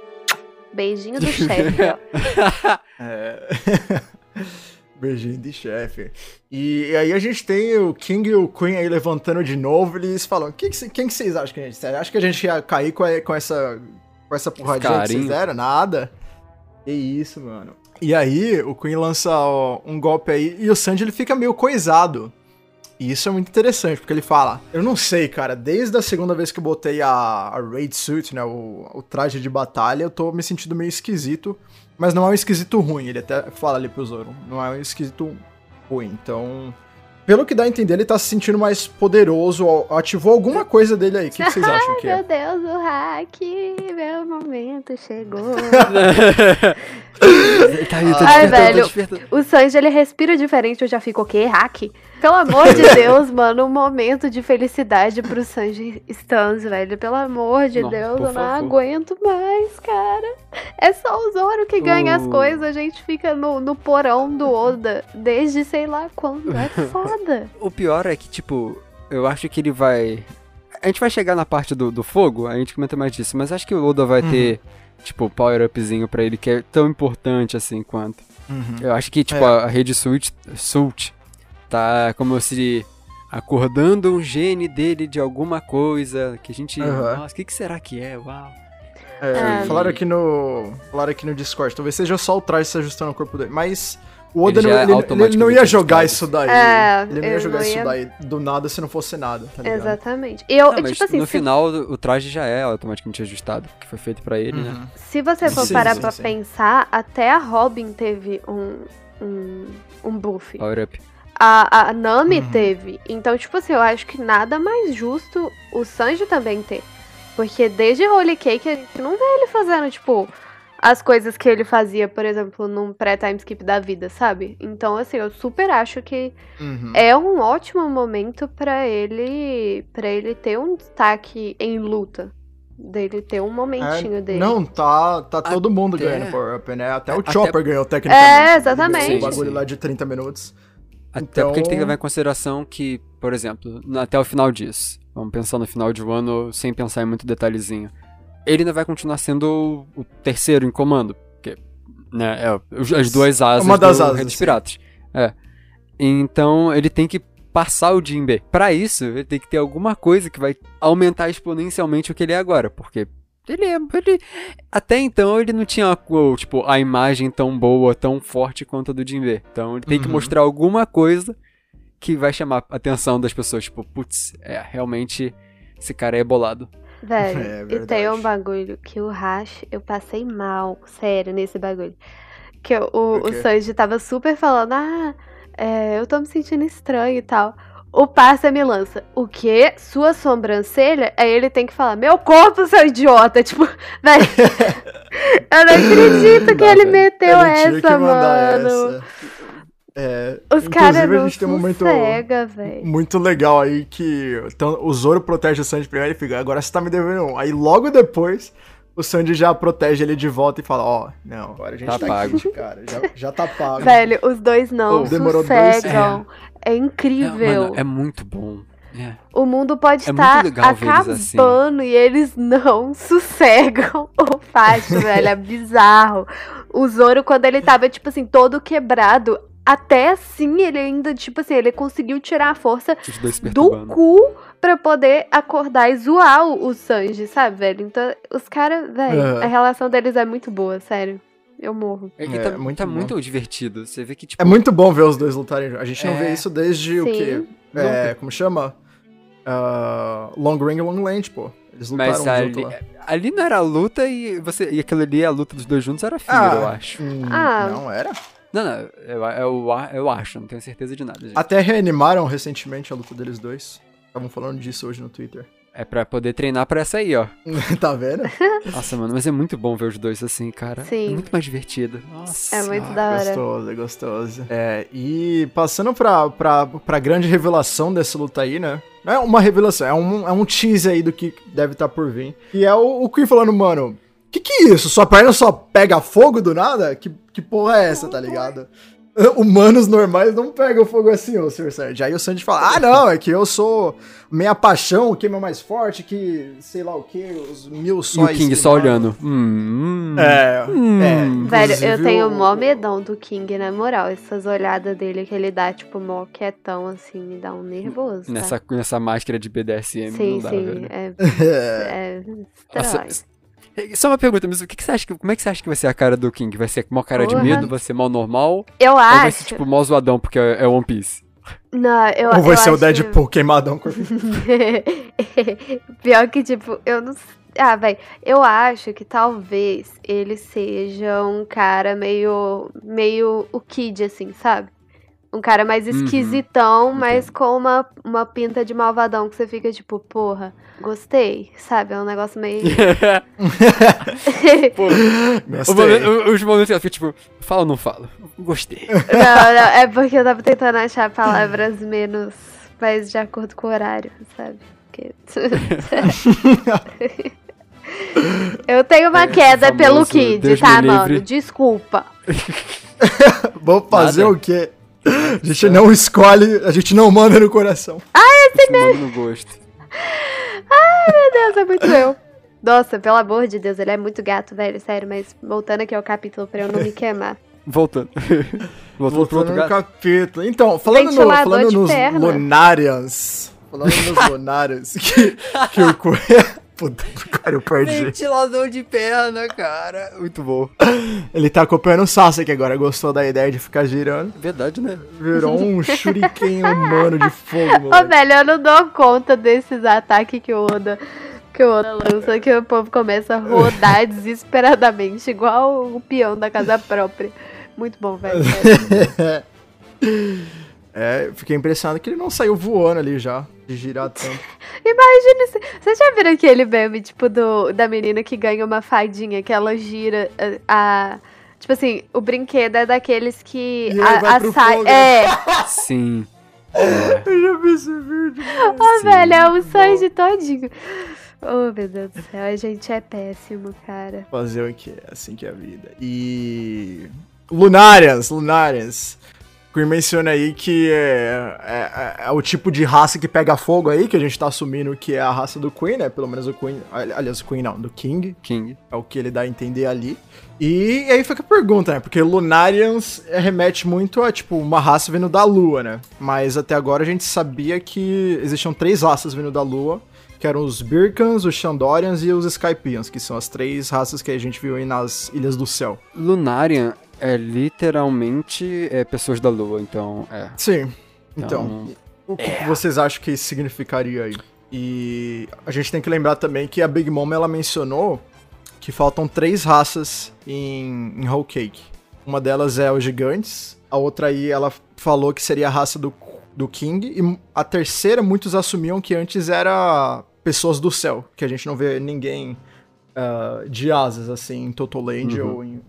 Speaker 3: Beijinho do chefe, ó.
Speaker 1: É. Beijinho de chefe. E aí a gente tem o King e o Queen aí levantando de novo. Eles falam: "Que que cê- quem que vocês acham que a gente será? Acho que a gente ia cair com, a- com essa, com essa porradinha que vocês
Speaker 2: carinho.
Speaker 1: deram? Nada. Que isso, mano. E aí o Queen lança ó, um golpe aí e o Sanji ele fica meio coisado. E isso é muito interessante, porque ele fala: Eu não sei, cara, desde a segunda vez que eu botei a, a Raid Suit, né? O, o traje de batalha, eu tô me sentindo meio esquisito. Mas não é um esquisito ruim, ele até fala ali pro Zoro. Não é um esquisito ruim. Então, pelo que dá a entender, ele tá se sentindo mais poderoso. ó, Ativou alguma coisa dele aí. O que, que vocês acham que
Speaker 3: Meu
Speaker 1: é?
Speaker 3: Deus, o hack. Meu momento chegou.
Speaker 2: tá aí, tá
Speaker 3: Ai,
Speaker 2: despertando,
Speaker 3: velho.
Speaker 2: tá despertando.
Speaker 3: o Sanji, ele respira diferente. Eu já fico, o quê? Hack? Pelo amor de Deus, mano. Um momento de felicidade pro Sanji Stans, velho. Pelo amor de
Speaker 2: Não,
Speaker 3: Deus,
Speaker 2: por
Speaker 3: eu não
Speaker 2: favor.
Speaker 3: aguento mais, cara. É só o Zoro que ganha as
Speaker 2: O-
Speaker 3: coisas. A gente fica no, no porão do Oda desde sei lá quando. É foda.
Speaker 2: O pior é que, tipo, eu acho que ele vai. A gente vai chegar na parte do, do fogo, a gente comenta mais disso, mas acho que o Oda vai
Speaker 1: Uhum.
Speaker 2: ter, tipo, o power-upzinho pra ele que é tão importante assim quanto.
Speaker 1: Uhum.
Speaker 2: Eu acho que, tipo,
Speaker 1: É.
Speaker 2: a a rede Sult, Sult tá como se acordando um gene dele de alguma coisa que a gente.
Speaker 1: Aham.
Speaker 2: Nossa, o que, que será que é? Uau.
Speaker 1: É,
Speaker 3: É.
Speaker 1: Falaram, aqui no, falaram aqui no Discord. Talvez seja só o traje se ajustando ao corpo dele. Mas o Oda
Speaker 2: Ele
Speaker 1: não,
Speaker 2: já é
Speaker 1: ele- ele,
Speaker 2: automaticamente
Speaker 1: não ia jogar
Speaker 2: descobre.
Speaker 1: isso daí.
Speaker 3: É,
Speaker 1: ele não ia
Speaker 3: eu
Speaker 1: jogar
Speaker 3: não
Speaker 1: isso
Speaker 3: ia-
Speaker 1: daí do nada se não fosse nada. Tá ligado?
Speaker 3: Exatamente. E Eu,
Speaker 2: Ah,
Speaker 3: é
Speaker 2: mas
Speaker 3: tipo assim,
Speaker 2: no
Speaker 3: se
Speaker 2: final o traje já é automaticamente ajustado, que foi feito pra ele, né?
Speaker 1: Uhum.
Speaker 3: Se você for
Speaker 1: Sim,
Speaker 3: parar
Speaker 1: sim,
Speaker 3: pra
Speaker 1: sim.
Speaker 3: pensar, até a Robin teve um, um, um buff.
Speaker 2: Power up.
Speaker 3: A, a Nami
Speaker 1: Uhum.
Speaker 3: teve. Então, tipo assim, eu acho que nada mais justo o Sanji também ter. Porque desde Holy Cake a gente não vê ele fazendo, tipo, as coisas que ele fazia, por exemplo, num pré-time skip da vida, sabe? Então, assim, eu super acho que
Speaker 1: Uhum.
Speaker 3: é um ótimo momento pra ele para ele ter um destaque em luta. Dele ter um momentinho
Speaker 1: É,
Speaker 3: dele.
Speaker 1: Não, tá, tá todo mundo
Speaker 2: Até-
Speaker 1: ganhando power up, né? Até o
Speaker 2: Até-
Speaker 1: Chopper ganhou tecnicamente.
Speaker 3: É,
Speaker 1: né?
Speaker 3: exatamente.
Speaker 1: Ganhou O
Speaker 2: Sim,
Speaker 1: bagulho
Speaker 2: sim.
Speaker 1: lá de 30 minutos.
Speaker 2: Até
Speaker 1: Então-
Speaker 2: porque a gente tem que levar em consideração que, por exemplo, na- até o final disso, vamos pensar no final de um ano sem pensar em muito detalhezinho, ele ainda vai continuar sendo o o terceiro em comando, porque, né, é, os- as duas asas
Speaker 1: Uma das
Speaker 2: do
Speaker 1: asas,
Speaker 2: Rei dos
Speaker 1: sim.
Speaker 2: Piratas. É. Então, ele tem que passar o Jinbe. Pra isso, ele tem que ter alguma coisa que vai aumentar exponencialmente o que ele é agora, porque ele é... Ele... Até então, ele não tinha, o- tipo, a imagem tão boa, tão forte quanto a do Jinbe. Então, ele tem que
Speaker 1: Uhum.
Speaker 2: mostrar alguma coisa que vai chamar a atenção das pessoas. Tipo, putz, é, realmente, esse cara é bolado.
Speaker 3: Velho,
Speaker 1: É
Speaker 3: e tem um
Speaker 1: verdade.
Speaker 3: bagulho que o Rash, eu passei mal, sério, nesse bagulho. Que o, o,
Speaker 1: Por
Speaker 3: o
Speaker 1: quê?
Speaker 3: Sanji tava super falando, ah, é, eu tô me sentindo estranho e tal. O parça me lança, o quê? Sua sobrancelha? Aí ele tem que falar, meu corpo, seu idiota! Tipo, velho, eu não acredito que
Speaker 2: Dá,
Speaker 3: ele
Speaker 2: velho.
Speaker 3: meteu
Speaker 1: Ele tinha que
Speaker 3: essa,
Speaker 1: mandar
Speaker 3: mano.
Speaker 1: essa. É,
Speaker 3: Os caras
Speaker 1: Inclusive, a
Speaker 3: não
Speaker 1: gente tem um momento-
Speaker 3: sossega, velho.
Speaker 1: muito legal aí que então, o Zoro protege o Sanji primeiro e fica, agora você tá me devendo um. Aí logo depois, o Sanji já protege ele de volta e fala, ó, não, agora a gente
Speaker 2: Tá
Speaker 1: tá,
Speaker 2: pago.
Speaker 1: quente, cara, já, já tá pago.
Speaker 3: Velho, os dois não
Speaker 1: Oh, demorou dois-
Speaker 3: sossegam. É
Speaker 2: É,
Speaker 3: incrível.
Speaker 2: mano, é muito bom. É.
Speaker 3: O mundo pode
Speaker 2: É muito
Speaker 3: estar
Speaker 2: legal ver eles assim.
Speaker 3: acabando e eles não sossegam o facho, velho. É bizarro. O Zoro, quando ele tava, tipo assim, todo quebrado, até assim ele ainda, tipo assim, ele conseguiu tirar a força
Speaker 2: Os dois se
Speaker 3: do
Speaker 2: perturbando.
Speaker 3: cu pra poder acordar e zoar o, o Sanji, sabe, velho? Então, os caras, velho,
Speaker 1: É.
Speaker 3: a relação deles é muito boa, sério. Eu morro.
Speaker 2: É, que
Speaker 1: É,
Speaker 2: tá,
Speaker 1: muito
Speaker 2: tá
Speaker 1: bom.
Speaker 2: muito divertido. Você vê que, tipo,
Speaker 1: É muito bom ver os dois lutarem. juntos. A gente não
Speaker 2: É.
Speaker 1: vê isso desde o
Speaker 3: Sim.
Speaker 1: quê? É, como chama? Ah, Long Ring e Long Land, pô. Eles lutaram um
Speaker 2: Mas
Speaker 1: junto
Speaker 2: ali, é
Speaker 1: lá.
Speaker 2: ali não era luta e você e aquilo ali, a luta dos dois juntos era filler,
Speaker 1: Ah.
Speaker 2: eu acho.
Speaker 1: Hum,
Speaker 3: Ah.
Speaker 1: Não era?
Speaker 2: Não, não, eu, eu, eu acho, não tenho certeza de nada. gente.
Speaker 1: Até reanimaram recentemente a luta deles dois. Estavam falando disso hoje no Twitter.
Speaker 2: É pra poder treinar pra essa aí, ó.
Speaker 1: tá vendo?
Speaker 2: Nossa, mano, mas é muito bom ver os dois assim, cara.
Speaker 3: Sim.
Speaker 2: É muito mais divertido. Nossa.
Speaker 3: É muito
Speaker 2: senhora.
Speaker 3: da hora.
Speaker 1: Gostoso, é gostoso. É, e passando pra, pra, pra grande revelação dessa luta aí, né? Não é uma revelação, é um, é um tease aí do que deve estar por vir. E é o, o Queen falando, mano, que que é isso? Sua perna só pega fogo do nada? Que, que porra é essa, tá ligado? Humanos normais não pegam fogo assim, ô Sr. Sandy. Aí o Sandy fala, ah, não, é que eu sou minha paixão, o queima mais forte, que sei lá o que, os mil
Speaker 2: E o
Speaker 1: sóis.
Speaker 2: King só olhando. Hum, hum.
Speaker 1: É, é.
Speaker 2: Hum.
Speaker 3: Velho, eu
Speaker 1: inclusive
Speaker 3: tenho
Speaker 1: o-
Speaker 3: mó medão do King, na moral. Essas olhadas dele que ele dá, tipo, mó quietão, assim, me dá um nervoso. tá?
Speaker 2: Nessa, nessa máscara de BDSM
Speaker 3: Sim,
Speaker 2: não dá,
Speaker 3: sim.
Speaker 2: velho.
Speaker 3: É, é
Speaker 2: Nossa,
Speaker 3: estranho.
Speaker 2: s- só uma pergunta, mas o que, que você acha que, como é que você acha que vai ser a cara do King? Vai ser mó cara
Speaker 3: Porra.
Speaker 2: de medo? Vai ser mó normal?
Speaker 3: eu
Speaker 2: Ou vai
Speaker 3: acho.
Speaker 2: ser tipo mó zoadão porque é, é One Piece?
Speaker 3: Não, eu
Speaker 1: Ou vai
Speaker 3: eu
Speaker 1: ser o
Speaker 3: acho que-
Speaker 1: Deadpool queimadão com
Speaker 3: Pior que, tipo, eu não. s- Ah, velho, eu acho que talvez ele seja um cara meio. meio o Kid, assim, sabe? Um cara mais
Speaker 2: Uhum.
Speaker 3: esquisitão, mas com uma, uma pinta de malvadão que você fica tipo, porra, gostei, sabe? É um negócio meio.
Speaker 2: Pô, o
Speaker 1: Gostei.
Speaker 2: momento- os momentos que ela fica tipo, fala ou não fala? Gostei.
Speaker 3: Não, não, é porque eu tava tentando achar palavras menos. Mas de acordo com o horário, sabe? Porque- eu tenho uma
Speaker 2: É,
Speaker 3: queda
Speaker 2: famoso
Speaker 3: pelo Kid,
Speaker 2: Deus me
Speaker 3: tá,
Speaker 2: livre.
Speaker 3: mano? Desculpa.
Speaker 1: Vou fazer
Speaker 2: Nada.
Speaker 1: o quê? A gente não escolhe, a gente não manda no coração.
Speaker 2: Fumando no gosto.
Speaker 3: Deus, é muito eu. Nossa, pelo amor de Deus, ele é muito gato, velho, sério. Mas voltando aqui ao capítulo pra eu não me queimar.
Speaker 2: Voltando. Voltando pro outro
Speaker 1: Voltando no
Speaker 2: gato.
Speaker 1: capítulo. Então, falando, no,
Speaker 3: Ventilador
Speaker 1: falando
Speaker 3: de
Speaker 1: nos
Speaker 3: perna.
Speaker 1: Lunarians. Falando nos Lunarians. Que, que o Coen. Puta que pariu, eu perdi. É
Speaker 2: Ventilador de perna, cara. Muito bom.
Speaker 1: Ele tá acompanhando o Sasuke agora. Gostou da ideia de ficar girando.
Speaker 2: Verdade, né?
Speaker 1: Virou um shuriken humano de fogo,
Speaker 3: Ô,
Speaker 1: moleque.
Speaker 3: velho, eu não dou conta desses ataques que o Oda, que o Oda lança, que o povo começa a rodar desesperadamente, igual o peão da casa própria. Muito bom, velho. sério.
Speaker 1: É, eu fiquei impressionado que ele não saiu voando ali já. De girar tanto.
Speaker 3: Imagina, se- vocês já viram aquele meme, tipo, do, da menina que ganha uma fadinha, que ela gira eh, a... Tipo assim, o brinquedo é daqueles que
Speaker 1: E aí
Speaker 3: a,
Speaker 1: vai
Speaker 3: a
Speaker 1: pro
Speaker 3: sai-
Speaker 1: fogo, né?
Speaker 3: É,
Speaker 2: Sim.
Speaker 1: Eu já vi esse vídeo.
Speaker 3: Ô,
Speaker 2: Sim.
Speaker 3: velho, é o Sanji todinho. Oh, meu Deus do céu, a gente é péssimo, cara.
Speaker 1: Fazer o que é, assim que é a vida. E. Lunarians, Lunarians. Queen menciona aí que é, é- é- é o tipo de raça que pega fogo aí, que a gente tá assumindo que é a raça do Queen, né? Pelo menos o Queen. ali- Aliás, o Queen não, do King.
Speaker 2: King.
Speaker 1: É o que ele dá a entender ali. E aí fica a pergunta, né? Porque Lunarians é, remete muito a, tipo, uma raça vindo da Lua, né? Mas até agora a gente sabia que existiam três raças vindo da Lua, que eram os Birkans, os Chandorians e os Skypeans, que são as três raças que a gente viu aí nas Ilhas do Céu.
Speaker 2: Lunarian é literalmente é, pessoas da lua, então é.
Speaker 1: Sim. Então,
Speaker 2: Então,
Speaker 1: o que que vocês acham que isso significaria aí? E a gente tem que lembrar também que a Big Mom ela mencionou que faltam três raças em, em Whole Cake. Uma delas é os gigantes, a outra aí ela falou que seria a raça do, do King, e a terceira muitos assumiam que antes era pessoas do céu, que a gente não vê ninguém ah, de asas, assim, em Total Land
Speaker 2: Uhum.
Speaker 1: ou em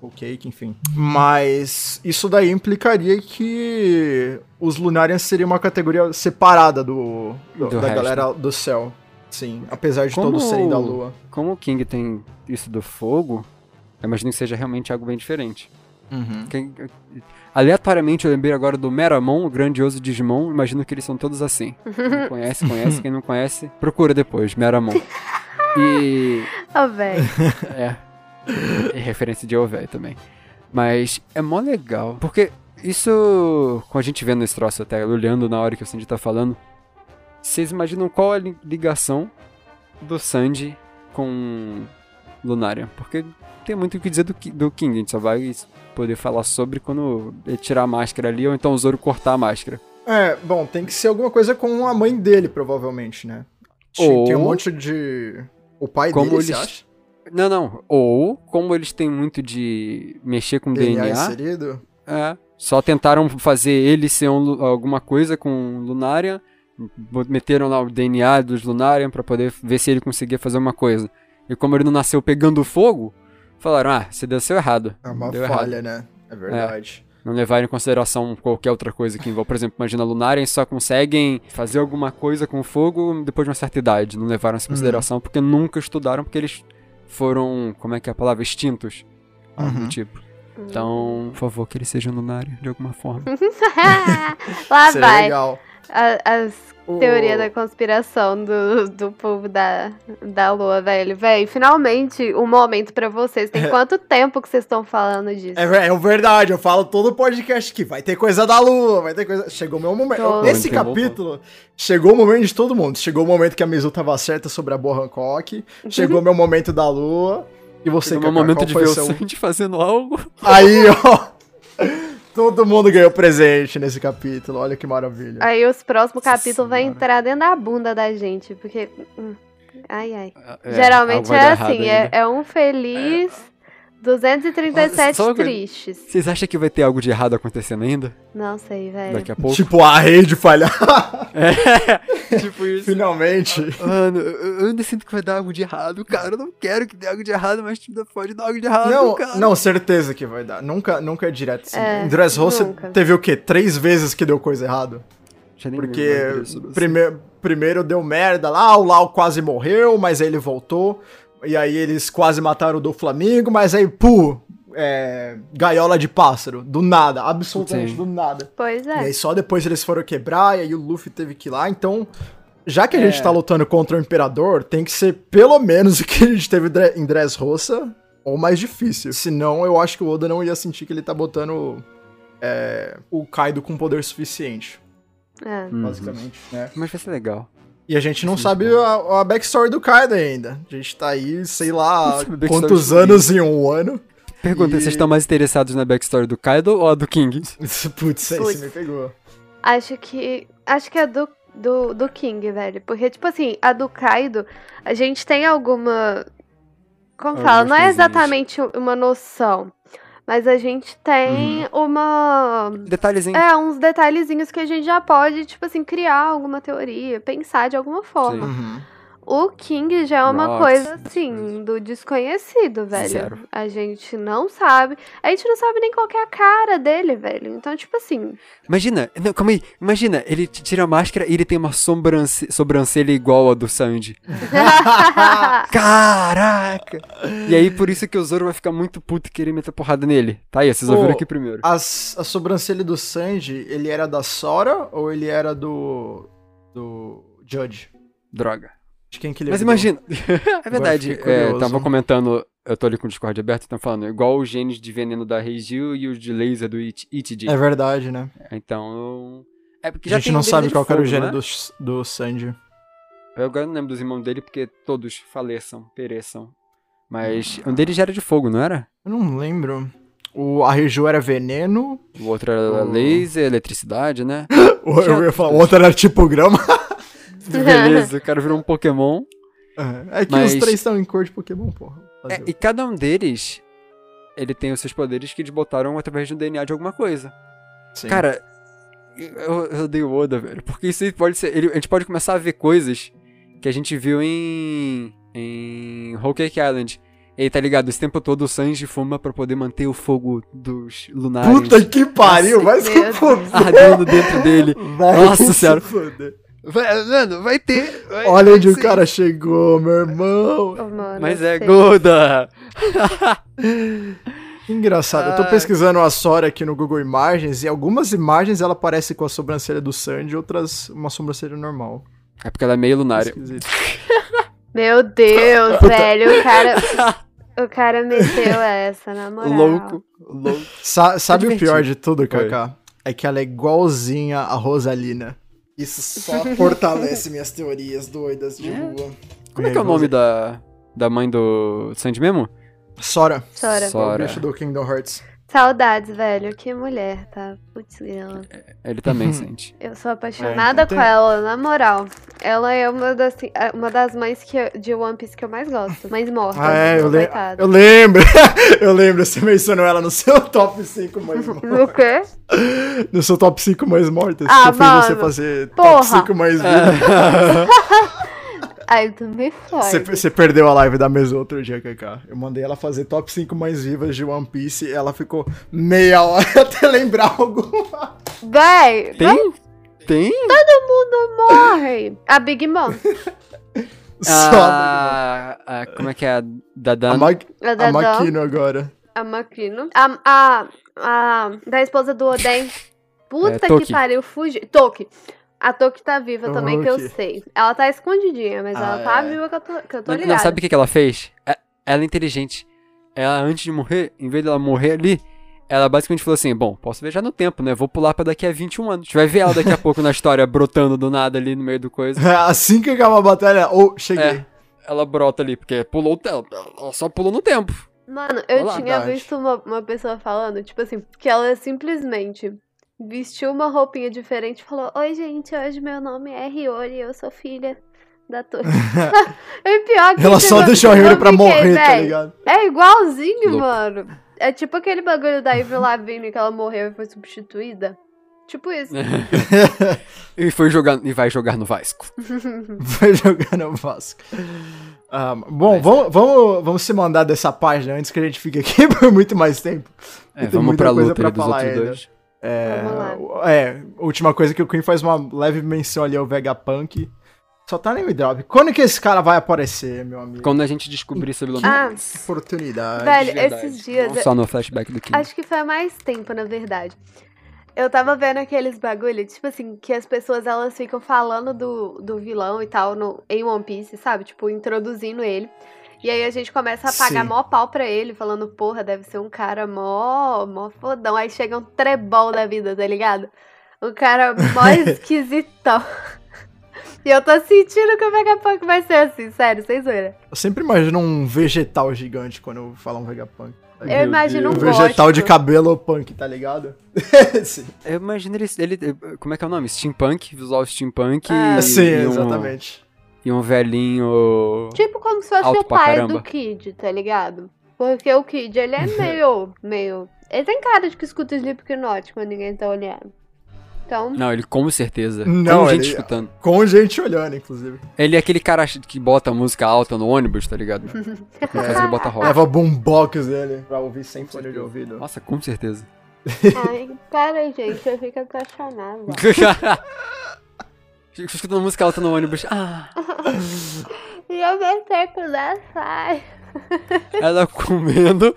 Speaker 1: Whole Cake, enfim. Mas isso daí implicaria que os Lunarians seriam uma categoria separada do, do-
Speaker 2: Do
Speaker 1: da
Speaker 2: resto.
Speaker 1: galera do céu. Sim, apesar de
Speaker 2: Como-
Speaker 1: todos serem da lua.
Speaker 2: Como o King tem isso do fogo, eu imagino que seja realmente algo bem diferente.
Speaker 1: Uhum.
Speaker 2: Quem- Aleatoriamente eu lembrei agora do Meramon, o grandioso Digimon, imagino que eles são todos assim. Quem conhece, conhece, quem não conhece, procura depois, Meramon. E.
Speaker 3: Ô, velho.
Speaker 2: É. E referência de Ovei também. Mas é mó legal. Porque Isso, com a gente vendo esse troço até, olhando na hora que o Sandy tá falando, vocês imaginam qual a li- ligação do Sandy com Lunária? Porque tem muito o que dizer do, Ki- do King, a gente só vai poder falar sobre quando ele tirar a máscara ali, ou então o Zoro cortar a máscara.
Speaker 1: É, bom, tem que ser alguma coisa com a mãe dele, provavelmente, né? Ti- Tem um
Speaker 2: Ou-
Speaker 1: monte de. O pai
Speaker 2: Como
Speaker 1: dele, você
Speaker 2: eles-
Speaker 1: acha?
Speaker 2: Não, não, ou como eles têm muito de mexer com
Speaker 1: DNA,
Speaker 2: DNA,
Speaker 1: inserido?
Speaker 2: É, só tentaram fazer ele ser um lu- alguma coisa com Lunarian. bo- Meteram lá o DNA dos Lunarian pra poder ver se ele conseguia fazer uma coisa. E como ele não nasceu pegando fogo, falaram: ah, você desceu errado.
Speaker 1: É uma
Speaker 2: Deu
Speaker 1: falha, né? É verdade.
Speaker 2: Não levaram em consideração qualquer outra coisa que envolva. Por exemplo, imagina Lunarian só conseguem fazer alguma coisa com fogo depois de uma certa idade. Não levaram isso em
Speaker 1: Uhum.
Speaker 2: consideração porque nunca estudaram, porque eles foram, como é que é a palavra? Extintos. Algo
Speaker 1: Uhum.
Speaker 2: do tipo. Então, por favor, que ele seja um Lunarian de alguma forma.
Speaker 3: Lá
Speaker 1: Seria
Speaker 3: Ah, vai.
Speaker 1: é legal.
Speaker 3: A- as
Speaker 1: O-
Speaker 3: teoria da conspiração do, do povo da, da lua, velho. Véi, finalmente um momento pra vocês. Tem
Speaker 1: É.
Speaker 3: quanto tempo que vocês estão falando disso?
Speaker 1: É, ver- é verdade, eu falo todo podcast que vai ter coisa da lua, vai ter coisa. Chegou o meu momento.
Speaker 3: Todo.
Speaker 1: Nesse
Speaker 2: Voltou,
Speaker 1: capítulo, chegou o momento de todo mundo. Chegou o momento que a Mizu tava certa sobre a Boa Hancock. É, Chegou o meu momento da lua. E você
Speaker 2: Chegou o
Speaker 1: Cacá,
Speaker 2: momento
Speaker 1: qual
Speaker 2: de
Speaker 1: foi
Speaker 2: ver o
Speaker 1: seu-
Speaker 2: Sandy fazendo algo.
Speaker 1: Aí, ó. Todo mundo ganhou presente nesse capítulo. Olha que maravilha.
Speaker 3: Aí os próximos
Speaker 1: Nossa
Speaker 3: capítulos vai
Speaker 1: Senhora.
Speaker 3: entrar dentro da bunda da gente, porque. hum, Ai, ai. Geralmente é assim,
Speaker 2: né?
Speaker 3: é, é um feliz,
Speaker 1: É.
Speaker 3: 237
Speaker 2: Só uma coisa.
Speaker 3: tristes.
Speaker 2: Vocês acham que vai ter algo de errado acontecendo ainda?
Speaker 3: Não sei, velho.
Speaker 2: Daqui a pouco?
Speaker 1: Tipo, a rede falhar.
Speaker 2: É, tipo isso.
Speaker 1: Finalmente.
Speaker 2: Mano, eu eu ainda sinto que vai dar algo de errado, cara. Eu não quero que dê algo de errado, mas tipo, ainda pode dar algo de
Speaker 3: Ah,
Speaker 2: errado,
Speaker 1: Não,
Speaker 2: cara.
Speaker 1: não, certeza que vai dar. Nunca, nunca é direto. Assim.
Speaker 3: É,
Speaker 1: em Dress Rose
Speaker 3: nunca.
Speaker 1: teve o quê? Três vezes que deu coisa errada?
Speaker 2: Já nem
Speaker 1: Porque
Speaker 2: lembro disso, não sei.
Speaker 1: primeiro, primeiro deu merda lá, o Lau quase morreu, mas aí ele voltou. E aí eles quase mataram o do Flamengo, mas aí, pu, é, gaiola de pássaro. Do nada, absolutamente
Speaker 2: Sim.
Speaker 1: do nada.
Speaker 3: Pois
Speaker 1: E
Speaker 3: é.
Speaker 1: aí só depois eles foram quebrar, e aí o Luffy teve que ir lá, então. Já que a
Speaker 2: É.
Speaker 1: gente tá lutando contra o Imperador, tem que ser pelo menos o que a gente teve dre- em Dressrosa, ou mais difícil. Senão, eu acho que o Oda não ia sentir que ele tá botando é, o Kaido com poder suficiente,
Speaker 3: É.
Speaker 2: Uhum.
Speaker 1: basicamente, né?
Speaker 2: Mas vai ser legal.
Speaker 1: E a gente não
Speaker 2: Sim.
Speaker 1: sabe a, a backstory do Kaido ainda. A gente tá aí, sei lá,
Speaker 2: Não sabe a backstory
Speaker 1: quantos
Speaker 2: do Kaido.
Speaker 1: anos em um ano.
Speaker 2: Pergunta,
Speaker 1: E-
Speaker 2: vocês estão mais interessados na backstory do Kaido ou a do King?
Speaker 1: Putz, aí você
Speaker 3: Putz.
Speaker 1: me pegou.
Speaker 3: Acho que. Acho que é do, do, do King, velho. Porque, tipo assim, a do Kaido, a gente tem alguma. Como
Speaker 2: Algumas
Speaker 3: fala? Não é
Speaker 2: coisinhas.
Speaker 3: exatamente uma noção. Mas a gente tem
Speaker 2: Uhum.
Speaker 3: uma.
Speaker 2: Detalhezinho.
Speaker 3: É, uns detalhezinhos que a gente já pode, tipo assim, criar alguma teoria, pensar de alguma forma.
Speaker 2: Sim.
Speaker 1: Uhum.
Speaker 3: O King já é uma
Speaker 2: Nossa,
Speaker 3: coisa,
Speaker 2: essas
Speaker 3: assim,
Speaker 2: coisas.
Speaker 3: do desconhecido, velho.
Speaker 2: Zero.
Speaker 3: A gente não sabe. A gente não sabe nem qual que é a cara dele, velho. Então, tipo assim.
Speaker 2: Imagina, não, calma aí, imagina, ele t- tira a máscara e ele tem uma sobrance- sobrancelha igual a do Sandy. Caraca! E aí, por isso que o Zoro vai ficar muito puto e querer meter porrada nele. Tá aí, vocês
Speaker 1: Pô.
Speaker 2: ouviram aqui primeiro.
Speaker 1: As- a sobrancelha do Sanji, ele era da Sora ou ele era do. do. Judge?
Speaker 2: Droga.
Speaker 1: De quem que ele
Speaker 2: Mas
Speaker 1: herdou?
Speaker 2: imagina, é verdade,
Speaker 1: fiquei curioso.
Speaker 2: estavam comentando, eu tô ali com o Discord aberto, estão falando, igual os genes de veneno da Reiju e os de laser do It- Itji.
Speaker 1: É verdade, né?
Speaker 2: Então, é
Speaker 1: A
Speaker 2: porque já
Speaker 1: gente
Speaker 2: tem
Speaker 1: não
Speaker 2: um
Speaker 1: sabe
Speaker 2: veneno de
Speaker 1: qual que era o
Speaker 2: fogo,
Speaker 1: gênero
Speaker 2: né?
Speaker 1: do, do Sanji.
Speaker 2: Eu agora não lembro dos irmãos dele porque todos faleçam, pereçam. Mas
Speaker 1: Ah.
Speaker 2: um deles já era de fogo, não era?
Speaker 1: Eu não lembro. O, a Reju era veneno.
Speaker 2: O outro era
Speaker 1: O-
Speaker 2: laser, eletricidade, né?
Speaker 1: O, eu ia falar, o
Speaker 2: todos.
Speaker 1: outro era
Speaker 2: tipo
Speaker 1: tipograma.
Speaker 2: Beleza, o cara virou um Pokémon.
Speaker 1: É que os
Speaker 2: Mas-
Speaker 1: três estão em cor de Pokémon, porra.
Speaker 2: É, e cada um deles, ele tem os seus poderes que eles botaram através de um DNA de alguma coisa.
Speaker 1: Sim.
Speaker 2: Cara, eu, eu odeio o Oda, velho. Porque isso aí pode ser. ele- a gente pode começar a ver coisas que a gente viu em. em Whole Cake Island. Ei, tá ligado? Esse tempo todo o Sanji fuma pra poder manter o fogo dos lunares
Speaker 1: Puta que pariu, vai se
Speaker 3: Meu
Speaker 1: fuder.
Speaker 2: ardendo dentro dele.
Speaker 1: Vai
Speaker 2: Nossa
Speaker 1: se
Speaker 2: Senhora.
Speaker 1: fuder.
Speaker 2: Vai, mano, vai ter. vai-
Speaker 1: Olha onde o
Speaker 2: sim.
Speaker 1: cara chegou, meu irmão.
Speaker 3: Ô, Oh, mano,
Speaker 2: Mas
Speaker 3: eu
Speaker 2: é
Speaker 3: sei.
Speaker 2: Goda!
Speaker 1: Que Engraçado, eu tô
Speaker 2: Ai.
Speaker 1: pesquisando a Sora aqui no Google Imagens e algumas imagens ela parece com a sobrancelha do Sandy, outras uma sobrancelha normal.
Speaker 2: É porque ela é meio lunária.
Speaker 1: Esquisito.
Speaker 3: Meu Deus, velho. O cara. O cara meteu essa, na moral.
Speaker 2: Louco, louco.
Speaker 1: Sa- sabe o
Speaker 2: divertido.
Speaker 1: pior de tudo, Kaká? É que ela é igualzinha a Rosalina. Isso só fortalece minhas teorias doidas de rua.
Speaker 2: Como é que é o nome da, da mãe do Sandy mesmo?
Speaker 1: Sora.
Speaker 3: Chora.
Speaker 2: Só- Sora.
Speaker 1: O bicho do Kingdom Hearts.
Speaker 3: Saudades, velho. Que mulher, tá? Putz, grila.
Speaker 2: Ele também sente.
Speaker 3: Eu sou apaixonada
Speaker 1: É, então
Speaker 3: com
Speaker 1: tem-
Speaker 3: ela, na moral. Ela é uma das, uma das mães que eu- de One Piece que eu mais gosto. Mães mortas.
Speaker 1: Ah, é, eu, le-
Speaker 3: coitada.
Speaker 1: eu lembro. eu lembro, você mencionou ela no seu top 5 mães mortas.
Speaker 3: O quê?
Speaker 1: No seu top 5 mães mortas.
Speaker 3: Ah,
Speaker 1: eu fiz você
Speaker 3: mano.
Speaker 1: fazer
Speaker 3: Porra.
Speaker 1: top 5 mães vivas.
Speaker 3: Ai, tu me fode.
Speaker 1: Você, você perdeu a live da mesa outro dia, Kaká. Eu mandei ela fazer top 5 mães vivas de One Piece e ela ficou meia hora até lembrar alguma.
Speaker 3: Véi,
Speaker 2: Tem? Tem?
Speaker 3: todo mundo morre. A Big Mom.
Speaker 2: Ah,
Speaker 1: Só
Speaker 2: a, a, como é que é? A da
Speaker 1: a,
Speaker 2: Dan...
Speaker 1: Ma
Speaker 3: A
Speaker 1: a
Speaker 3: Dadão.
Speaker 1: Makino agora.
Speaker 3: A Makino. A, a, a da esposa do Oden. Puta
Speaker 2: É,
Speaker 3: que
Speaker 2: Toki.
Speaker 3: pariu, fugi. Toki. A Toki tá viva também, que eu
Speaker 1: Toki.
Speaker 3: sei. Ela tá escondidinha, mas ela
Speaker 1: Ah,
Speaker 3: tá
Speaker 1: é.
Speaker 3: viva que eu tô, que eu tô
Speaker 2: Não,
Speaker 3: ligada.
Speaker 2: não, sabe o que, que ela fez? É- Ela é inteligente. Ela, antes de morrer, em vez dela morrer ali, ela basicamente falou assim: Bom, posso viajar no tempo, né? Vou pular pra daqui a 21 anos. A gente vai ver ela daqui a pouco na história brotando do nada ali no meio do coisa.
Speaker 1: Assim que acabar a batalha, ou cheguei.
Speaker 2: É, ela brota ali, porque pulou o tempo. Ela só pulou no tempo.
Speaker 3: Mano, eu
Speaker 2: Olá,
Speaker 3: tinha
Speaker 1: Dade.
Speaker 3: visto uma, uma pessoa falando, tipo assim, que ela simplesmente vestiu uma roupinha diferente e falou: Oi, gente, hoje meu nome é Riori e eu sou filha da Toki. e pior que
Speaker 1: Ela só
Speaker 3: chegou-
Speaker 1: deixou a Hiro
Speaker 3: eu
Speaker 1: pra
Speaker 3: fiquei,
Speaker 1: morrer, tá
Speaker 3: véi,
Speaker 1: ligado?
Speaker 3: É igualzinho,
Speaker 2: Louco.
Speaker 3: mano. É tipo aquele bagulho da Avril Lavigne que ela morreu e foi substituída. Tipo isso.
Speaker 2: e foi jogar e vai jogar no Vasco.
Speaker 1: Vai jogar no Vasco. Ah, bom,
Speaker 2: é.
Speaker 1: vamos, vamos, vamos se mandar dessa página antes que a gente fique aqui por muito mais tempo.
Speaker 2: É,
Speaker 1: Tem
Speaker 2: vamos
Speaker 1: muita
Speaker 2: pra
Speaker 1: coisa
Speaker 2: luta
Speaker 1: pra
Speaker 2: aí dos
Speaker 1: falar
Speaker 2: outros
Speaker 1: ainda.
Speaker 2: dois.
Speaker 1: É,
Speaker 3: Vamos lá.
Speaker 1: o- é, última coisa que o Queen faz uma leve menção ali ao Vegapunk. Só tá nem me drop. Quando que esse cara vai aparecer, meu amigo?
Speaker 2: Quando a gente descobrir sobre o
Speaker 3: Ah,
Speaker 1: Oportunidade.
Speaker 3: Velho,
Speaker 2: verdade.
Speaker 3: É, esses dias.
Speaker 2: Não só no flashback do King.
Speaker 3: Acho que foi há mais tempo, na verdade. Eu tava vendo aqueles bagulho, tipo assim, que as pessoas elas ficam falando do, do vilão e tal no, em One Piece, sabe? Tipo, introduzindo ele. E aí a gente começa a pagar
Speaker 1: Sim.
Speaker 3: mó pau pra ele, falando, porra, deve ser um cara mó, mó fodão. Aí chega um trebol da vida, tá ligado? O cara mó esquisitão. e eu tô sentindo é que o Vegapunk vai ser assim, sério, sem zoeira.
Speaker 1: Eu sempre imagino um vegetal gigante quando eu falo um Vegapunk.
Speaker 3: Eu imagino
Speaker 1: Um
Speaker 3: um
Speaker 2: Deus.
Speaker 1: vegetal de
Speaker 3: gótico.
Speaker 1: cabelo punk, tá ligado? Sim,
Speaker 2: Eu imagino ele, ele- Como é que é o nome? Steampunk, visual steampunk.
Speaker 3: Ah.
Speaker 2: e-
Speaker 1: Sim,
Speaker 2: e um-
Speaker 1: exatamente.
Speaker 2: E um velhinho.
Speaker 3: Tipo como se fosse
Speaker 2: Alto
Speaker 3: o
Speaker 2: pra
Speaker 3: pai
Speaker 2: caramba.
Speaker 3: do Kid, tá ligado? Porque o Kid, ele é meio. meio. Ele tem cara de que escuta Slipknot quando ninguém tá olhando. Então,
Speaker 2: Não, ele com certeza.
Speaker 1: Não,
Speaker 2: com gente
Speaker 1: ele-
Speaker 2: escutando.
Speaker 1: Com gente olhando, inclusive.
Speaker 2: Ele é aquele cara que bota música alta no ônibus, tá ligado? No caso, ele bota rock.
Speaker 1: Leva boombox dele pra ouvir sem fone de ouvido.
Speaker 2: Nossa, com certeza.
Speaker 3: ai, para, gente, eu fico apaixonada.
Speaker 2: Fico escutando música alta no ônibus. Ah,
Speaker 3: E eu pensei que o Dan sai.
Speaker 2: ela comendo.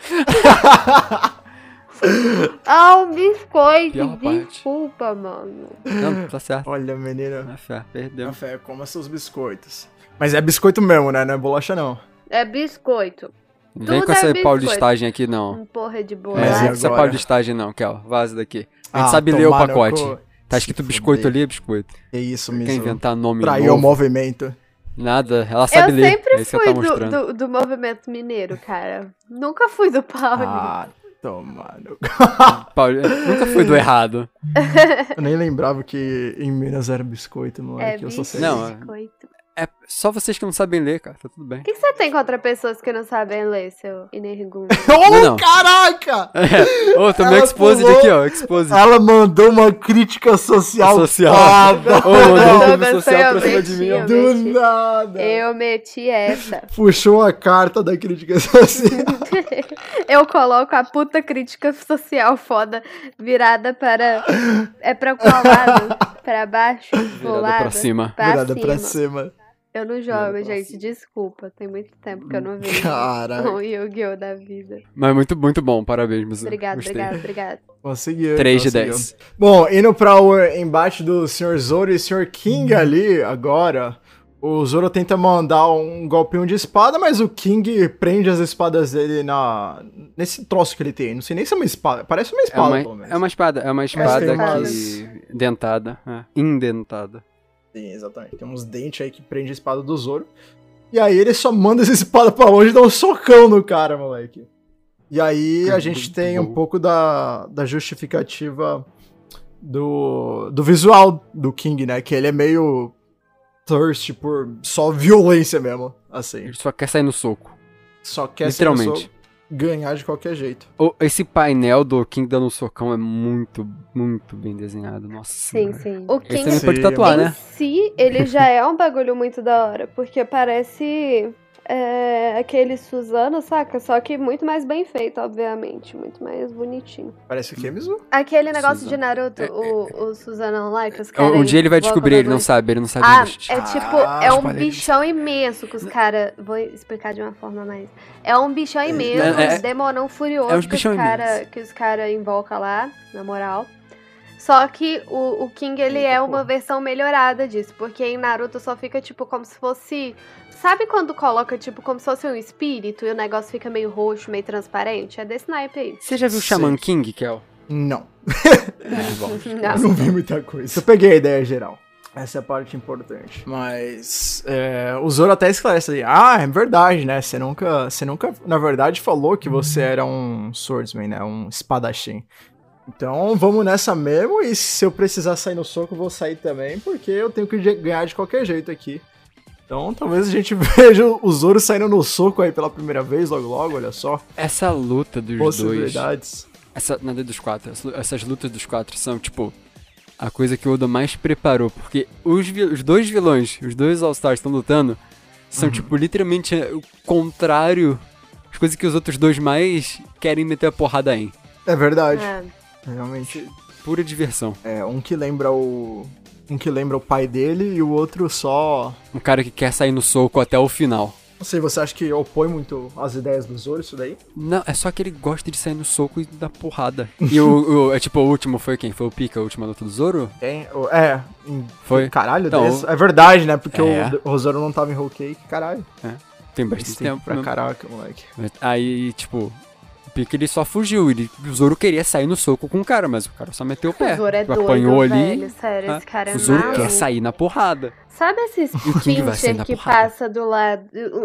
Speaker 3: Ah, um biscoito,
Speaker 2: Pior parte.
Speaker 3: desculpa, mano.
Speaker 2: Não, tá certo.
Speaker 1: Olha, menina.
Speaker 2: Na fé,
Speaker 1: Na
Speaker 2: perdeu.
Speaker 1: fé, coma seus biscoitos. Mas é biscoito mesmo, né? Não é bolacha, não.
Speaker 3: É biscoito.
Speaker 2: Vem com
Speaker 3: é
Speaker 2: essa
Speaker 3: biscoito.
Speaker 2: paulistagem aqui, não.
Speaker 3: Um porra de boa.
Speaker 2: Não vem
Speaker 1: Mas e
Speaker 2: com essa
Speaker 1: agora?
Speaker 2: paulistagem, não, Kel. Vaza daqui. A gente
Speaker 1: Ah,
Speaker 2: sabe ler o
Speaker 1: tomar no
Speaker 2: pacote.
Speaker 1: cu.
Speaker 2: Tá escrito
Speaker 1: Se
Speaker 2: biscoito
Speaker 1: fuder.
Speaker 2: ali, é biscoito.
Speaker 1: É isso,
Speaker 2: Quer
Speaker 1: mesmo.
Speaker 2: inventar nome
Speaker 1: Traiu o
Speaker 2: novo?
Speaker 1: movimento.
Speaker 2: Nada, ela
Speaker 3: Eu
Speaker 2: sabe ler.
Speaker 3: sempre
Speaker 2: é isso que
Speaker 3: fui
Speaker 2: ela tá
Speaker 3: do,
Speaker 2: mostrando.
Speaker 3: do, do movimento mineiro, cara. Nunca fui do Pauli.
Speaker 1: Ah, tomando.
Speaker 2: Pauli- Nunca fui do errado.
Speaker 1: Eu nem lembrava que em Minas era biscoito, moleque. eu só sei.
Speaker 2: Não, é-
Speaker 3: biscoito.
Speaker 2: É só vocês que não sabem ler, cara. Tá tudo bem.
Speaker 3: O que que você tem contra pessoas que não sabem ler, seu inergume?
Speaker 1: Ô,
Speaker 2: não.
Speaker 1: caraca!
Speaker 2: Ô, tomei
Speaker 1: Ela
Speaker 2: exposed
Speaker 1: pulou.
Speaker 2: aqui, ó. Exposed.
Speaker 1: Ela mandou uma crítica social.
Speaker 2: Social.
Speaker 1: foda.
Speaker 2: Ô, mandou um
Speaker 3: Não,
Speaker 2: clube
Speaker 3: mas
Speaker 2: social
Speaker 3: foi
Speaker 2: pra cima de
Speaker 3: eu
Speaker 2: mim. ó.
Speaker 3: mesmo.
Speaker 1: Do
Speaker 3: Realmente.
Speaker 1: nada.
Speaker 3: Eu meti essa.
Speaker 1: Puxou a carta da crítica social.
Speaker 3: Eu coloco a puta crítica social foda virada para. É pra qual lado? pra baixo? Pro
Speaker 2: Virada pra
Speaker 3: lado?
Speaker 2: cima.
Speaker 3: Pra
Speaker 1: Virada
Speaker 3: cima.
Speaker 1: pra cima.
Speaker 3: Eu não
Speaker 2: Virada
Speaker 3: jogo,
Speaker 2: pra
Speaker 3: gente.
Speaker 2: cima.
Speaker 3: Desculpa. Tem muito tempo que eu não vejo
Speaker 1: Caraca.
Speaker 3: um Yu-Gi-Oh! da vida.
Speaker 2: Mas muito, muito bom. Parabéns, Muzu.
Speaker 3: Obrigado,
Speaker 2: Gostei.
Speaker 3: obrigado, obrigado.
Speaker 1: Conseguiu.
Speaker 2: 3 de
Speaker 1: conseguiu.
Speaker 2: 10.
Speaker 3: Uhum.
Speaker 1: Bom, indo para o embate do Sr. Zoro e Sr. King ali agora. O Zoro tenta mandar um golpinho de espada, mas o King prende as espadas dele na nesse troço que ele tem. Não sei nem se é uma espada. Parece uma
Speaker 2: É
Speaker 1: espada,
Speaker 2: uma,
Speaker 1: pelo menos.
Speaker 2: é uma espada, é uma espada
Speaker 1: tem
Speaker 2: que. dentada, é. indentada.
Speaker 1: Sim, exatamente. Tem uns dentes aí que prende a espada do Zoro. E aí ele só manda essa espada pra longe e dá um socão no cara, moleque. E aí a gente tem um pouco da, da justificativa do, do visual do King, né? Que ele é meio thirst por só violência mesmo, assim.
Speaker 2: Ele só quer sair no soco.
Speaker 1: Só quer essa
Speaker 2: literalmente.
Speaker 1: pessoa ganhar de qualquer jeito.
Speaker 2: O- Esse painel do King dando um socão é muito, muito bem desenhado. Nossa
Speaker 3: Sim,
Speaker 2: senhora.
Speaker 3: sim. O
Speaker 2: Esse é
Speaker 3: King
Speaker 2: também pode
Speaker 1: Sim.
Speaker 2: tatuar,
Speaker 1: Sim.
Speaker 2: né?
Speaker 3: em si, ele já é um bagulho muito da hora, porque parece é, aquele Suzano, saca? Só que muito mais bem feito, obviamente, muito mais bonitinho.
Speaker 1: Parece que é mesmo?
Speaker 3: Aquele negócio
Speaker 2: Suzano.
Speaker 3: de Naruto,
Speaker 2: É, é,
Speaker 3: o, o Suzano lá, que os caras...
Speaker 2: Um dia ele vai
Speaker 3: invocam
Speaker 2: descobrir, ele
Speaker 3: bagulho.
Speaker 2: não sabe, ele não sabe.
Speaker 3: Ah,
Speaker 2: disso.
Speaker 3: é
Speaker 1: Ah,
Speaker 3: tipo, é um
Speaker 2: spoiler.
Speaker 3: bichão imenso que os caras. Vou explicar de uma forma mais. É um bichão imenso,
Speaker 2: É, é-
Speaker 3: um demorão furioso
Speaker 2: é
Speaker 3: que,
Speaker 2: uns
Speaker 3: os
Speaker 2: bichão
Speaker 3: cara,
Speaker 2: imenso.
Speaker 3: que os cara invoca lá, na moral. Só que o, o King, ele
Speaker 1: Eita,
Speaker 3: é uma
Speaker 1: porra.
Speaker 3: versão melhorada disso. Porque em Naruto só fica, tipo, como se fosse. Sabe quando coloca, tipo, como se fosse um espírito e o negócio fica meio roxo, meio transparente? É desse naipe aí.
Speaker 2: Você já viu o Shaman King, Kel?
Speaker 1: Não.
Speaker 2: É, bom.
Speaker 1: Eu
Speaker 3: Não.
Speaker 1: não vi muita coisa. Eu peguei a ideia geral. Essa é a parte importante. Mas é, o Zoro até esclarece ali. Ah, é verdade, né? Você nunca, você nunca, na verdade, falou que você era um swordsman, né? Um espadachim. Então vamos nessa mesmo. E se eu precisar sair no soco, eu vou sair também, porque eu tenho que de- ganhar de qualquer jeito aqui. Então talvez a gente veja o Zoro saindo no soco aí pela primeira vez, logo logo, olha só.
Speaker 2: Essa luta dos dois.
Speaker 1: Possibilidades.
Speaker 2: Essa, na dos quatro, essa- essas lutas dos quatro são, tipo, a coisa que o Oda mais preparou, porque os, vi- os dois vilões, os dois All-Stars estão lutando, são, tipo, literalmente é, o contrário, as coisas que os outros dois mais querem meter a porrada em.
Speaker 1: É verdade.
Speaker 3: É.
Speaker 1: Realmente.
Speaker 2: Pura diversão.
Speaker 1: É, um que lembra o. Um que lembra o pai dele e o outro só.
Speaker 2: Um cara que quer sair no soco até o final.
Speaker 1: Não sei, você acha que opõe muito as ideias do Zoro isso daí?
Speaker 2: Não, é só que ele gosta de sair no soco e dar porrada. E o, o- é tipo, o último foi quem? Foi o Pika, a última luta do Zoro?
Speaker 1: Tem. o- É. em-
Speaker 2: Foi.
Speaker 1: Caralho,
Speaker 2: Então,
Speaker 1: desse- é verdade, né? Porque
Speaker 2: É.
Speaker 1: o, o Zoro não tava em Whole Cake, caralho.
Speaker 2: Tem
Speaker 1: Esse
Speaker 2: bastante
Speaker 1: tempo
Speaker 2: tempo,
Speaker 1: pra
Speaker 2: né?
Speaker 1: caraca, moleque.
Speaker 2: Mas Aí, tipo, o Pique ele só fugiu. Ele, o Zoro queria sair no soco com o cara, mas o cara só meteu o pé.
Speaker 3: O Zoro é
Speaker 2: Tipo,
Speaker 3: doido,
Speaker 2: apanhou ali.
Speaker 3: velho, sério,
Speaker 2: tá?
Speaker 3: esse cara é
Speaker 2: o Zoro
Speaker 3: maluco.
Speaker 2: quer sair na porrada.
Speaker 3: Sabe esses
Speaker 2: o King vai sair
Speaker 3: pincher
Speaker 2: na
Speaker 3: que
Speaker 2: porrada.
Speaker 3: passa do lado.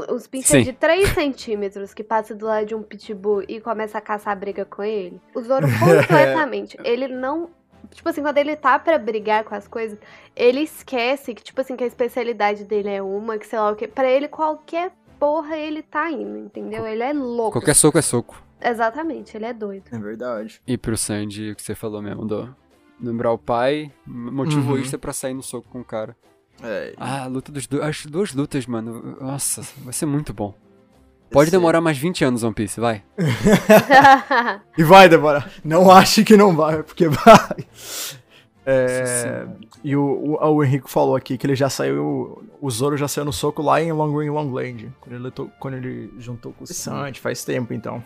Speaker 3: Os pincher
Speaker 2: Sim.
Speaker 3: de 3 centímetros que passa do lado de um pitbull e começa a caçar a briga com ele? O Zoro completamente. ele não. Tipo assim, quando ele tá pra brigar com as coisas, ele esquece que, tipo assim, que a especialidade dele é uma, que sei lá o quê. Pra ele, qualquer porra ele tá indo, entendeu? Ele é louco.
Speaker 2: Qualquer soco é soco.
Speaker 3: Exatamente, ele é doido.
Speaker 1: É verdade.
Speaker 2: E pro Sandy, o que você falou mesmo, do lembrar o pai, motivo
Speaker 1: Uhum.
Speaker 2: extra pra sair no soco com o cara.
Speaker 1: É.
Speaker 2: Ah, a luta dos dois. As duas lutas, mano. Nossa, vai ser muito bom. Pode demorar mais 20 anos, One Piece, vai.
Speaker 1: E vai demorar. Não ache que não vai, porque vai.
Speaker 2: Nossa
Speaker 1: É,
Speaker 2: senhora.
Speaker 1: e o, ah, o, o Henrico falou aqui que ele já saiu. O Zoro já saiu no soco lá em Long Green Long Land. Quando ele, to- quando ele juntou com o Sanji, faz tempo então.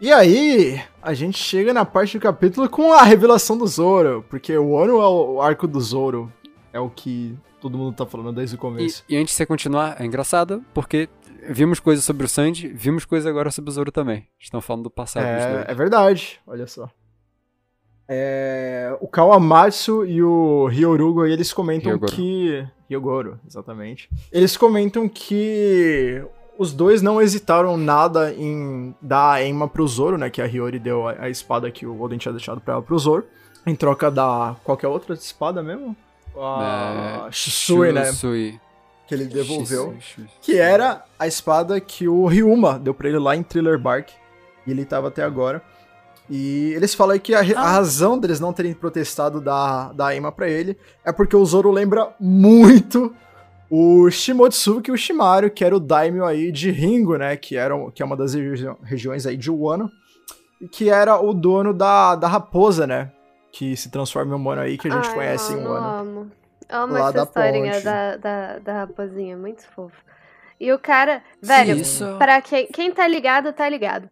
Speaker 1: E aí, a gente chega na parte do capítulo com a revelação do Zoro. Porque o ano é o arco do Zoro. É o que todo mundo tá falando desde o
Speaker 2: E,
Speaker 1: começo.
Speaker 2: e antes de você continuar, é engraçado, porque vimos coisas sobre o Sandy, vimos coisas agora sobre o Zoro também. Estão falando do passado dos dois.
Speaker 1: É, é verdade, olha só. É, o Kawamatsu e o Ryorugo aí, eles comentam
Speaker 2: Ryogoro.
Speaker 1: que. Ryogoro, exatamente. Eles comentam que os dois não hesitaram nada em dar a Enma pro Zoro, né? Que a Hiyori deu a, a espada que o Oden tinha deixado pra ela pro Zoro. Em troca da. qualquer outra espada mesmo? A Shisui, né?
Speaker 2: Sui.
Speaker 1: Que ele devolveu.
Speaker 2: Shisui, Shisui.
Speaker 1: Que era a espada que o Ryuma deu pra ele lá em Thriller Bark. E ele tava até agora. E eles falam aí que a, re- a
Speaker 2: Ah.
Speaker 1: razão deles não terem protestado da, da Ema pra ele é porque o Zoro lembra muito o Shimotsuki e o Shimaru, que era o daimyo aí de Ringo, né? Que, era, um- que é uma das regi- regiões aí de Wano. E que era o dono da, da raposa, né? Que se transforma em humano aí, que a gente
Speaker 3: Ai,
Speaker 1: conhece em
Speaker 3: mano,
Speaker 1: Wano.
Speaker 3: amo. Amo
Speaker 1: Lá
Speaker 3: essa
Speaker 1: da
Speaker 3: historinha
Speaker 1: ponte.
Speaker 3: da, da, da raposinha, muito fofo. E o cara, velho,
Speaker 2: isso.
Speaker 3: pra quem, quem tá ligado, tá ligado.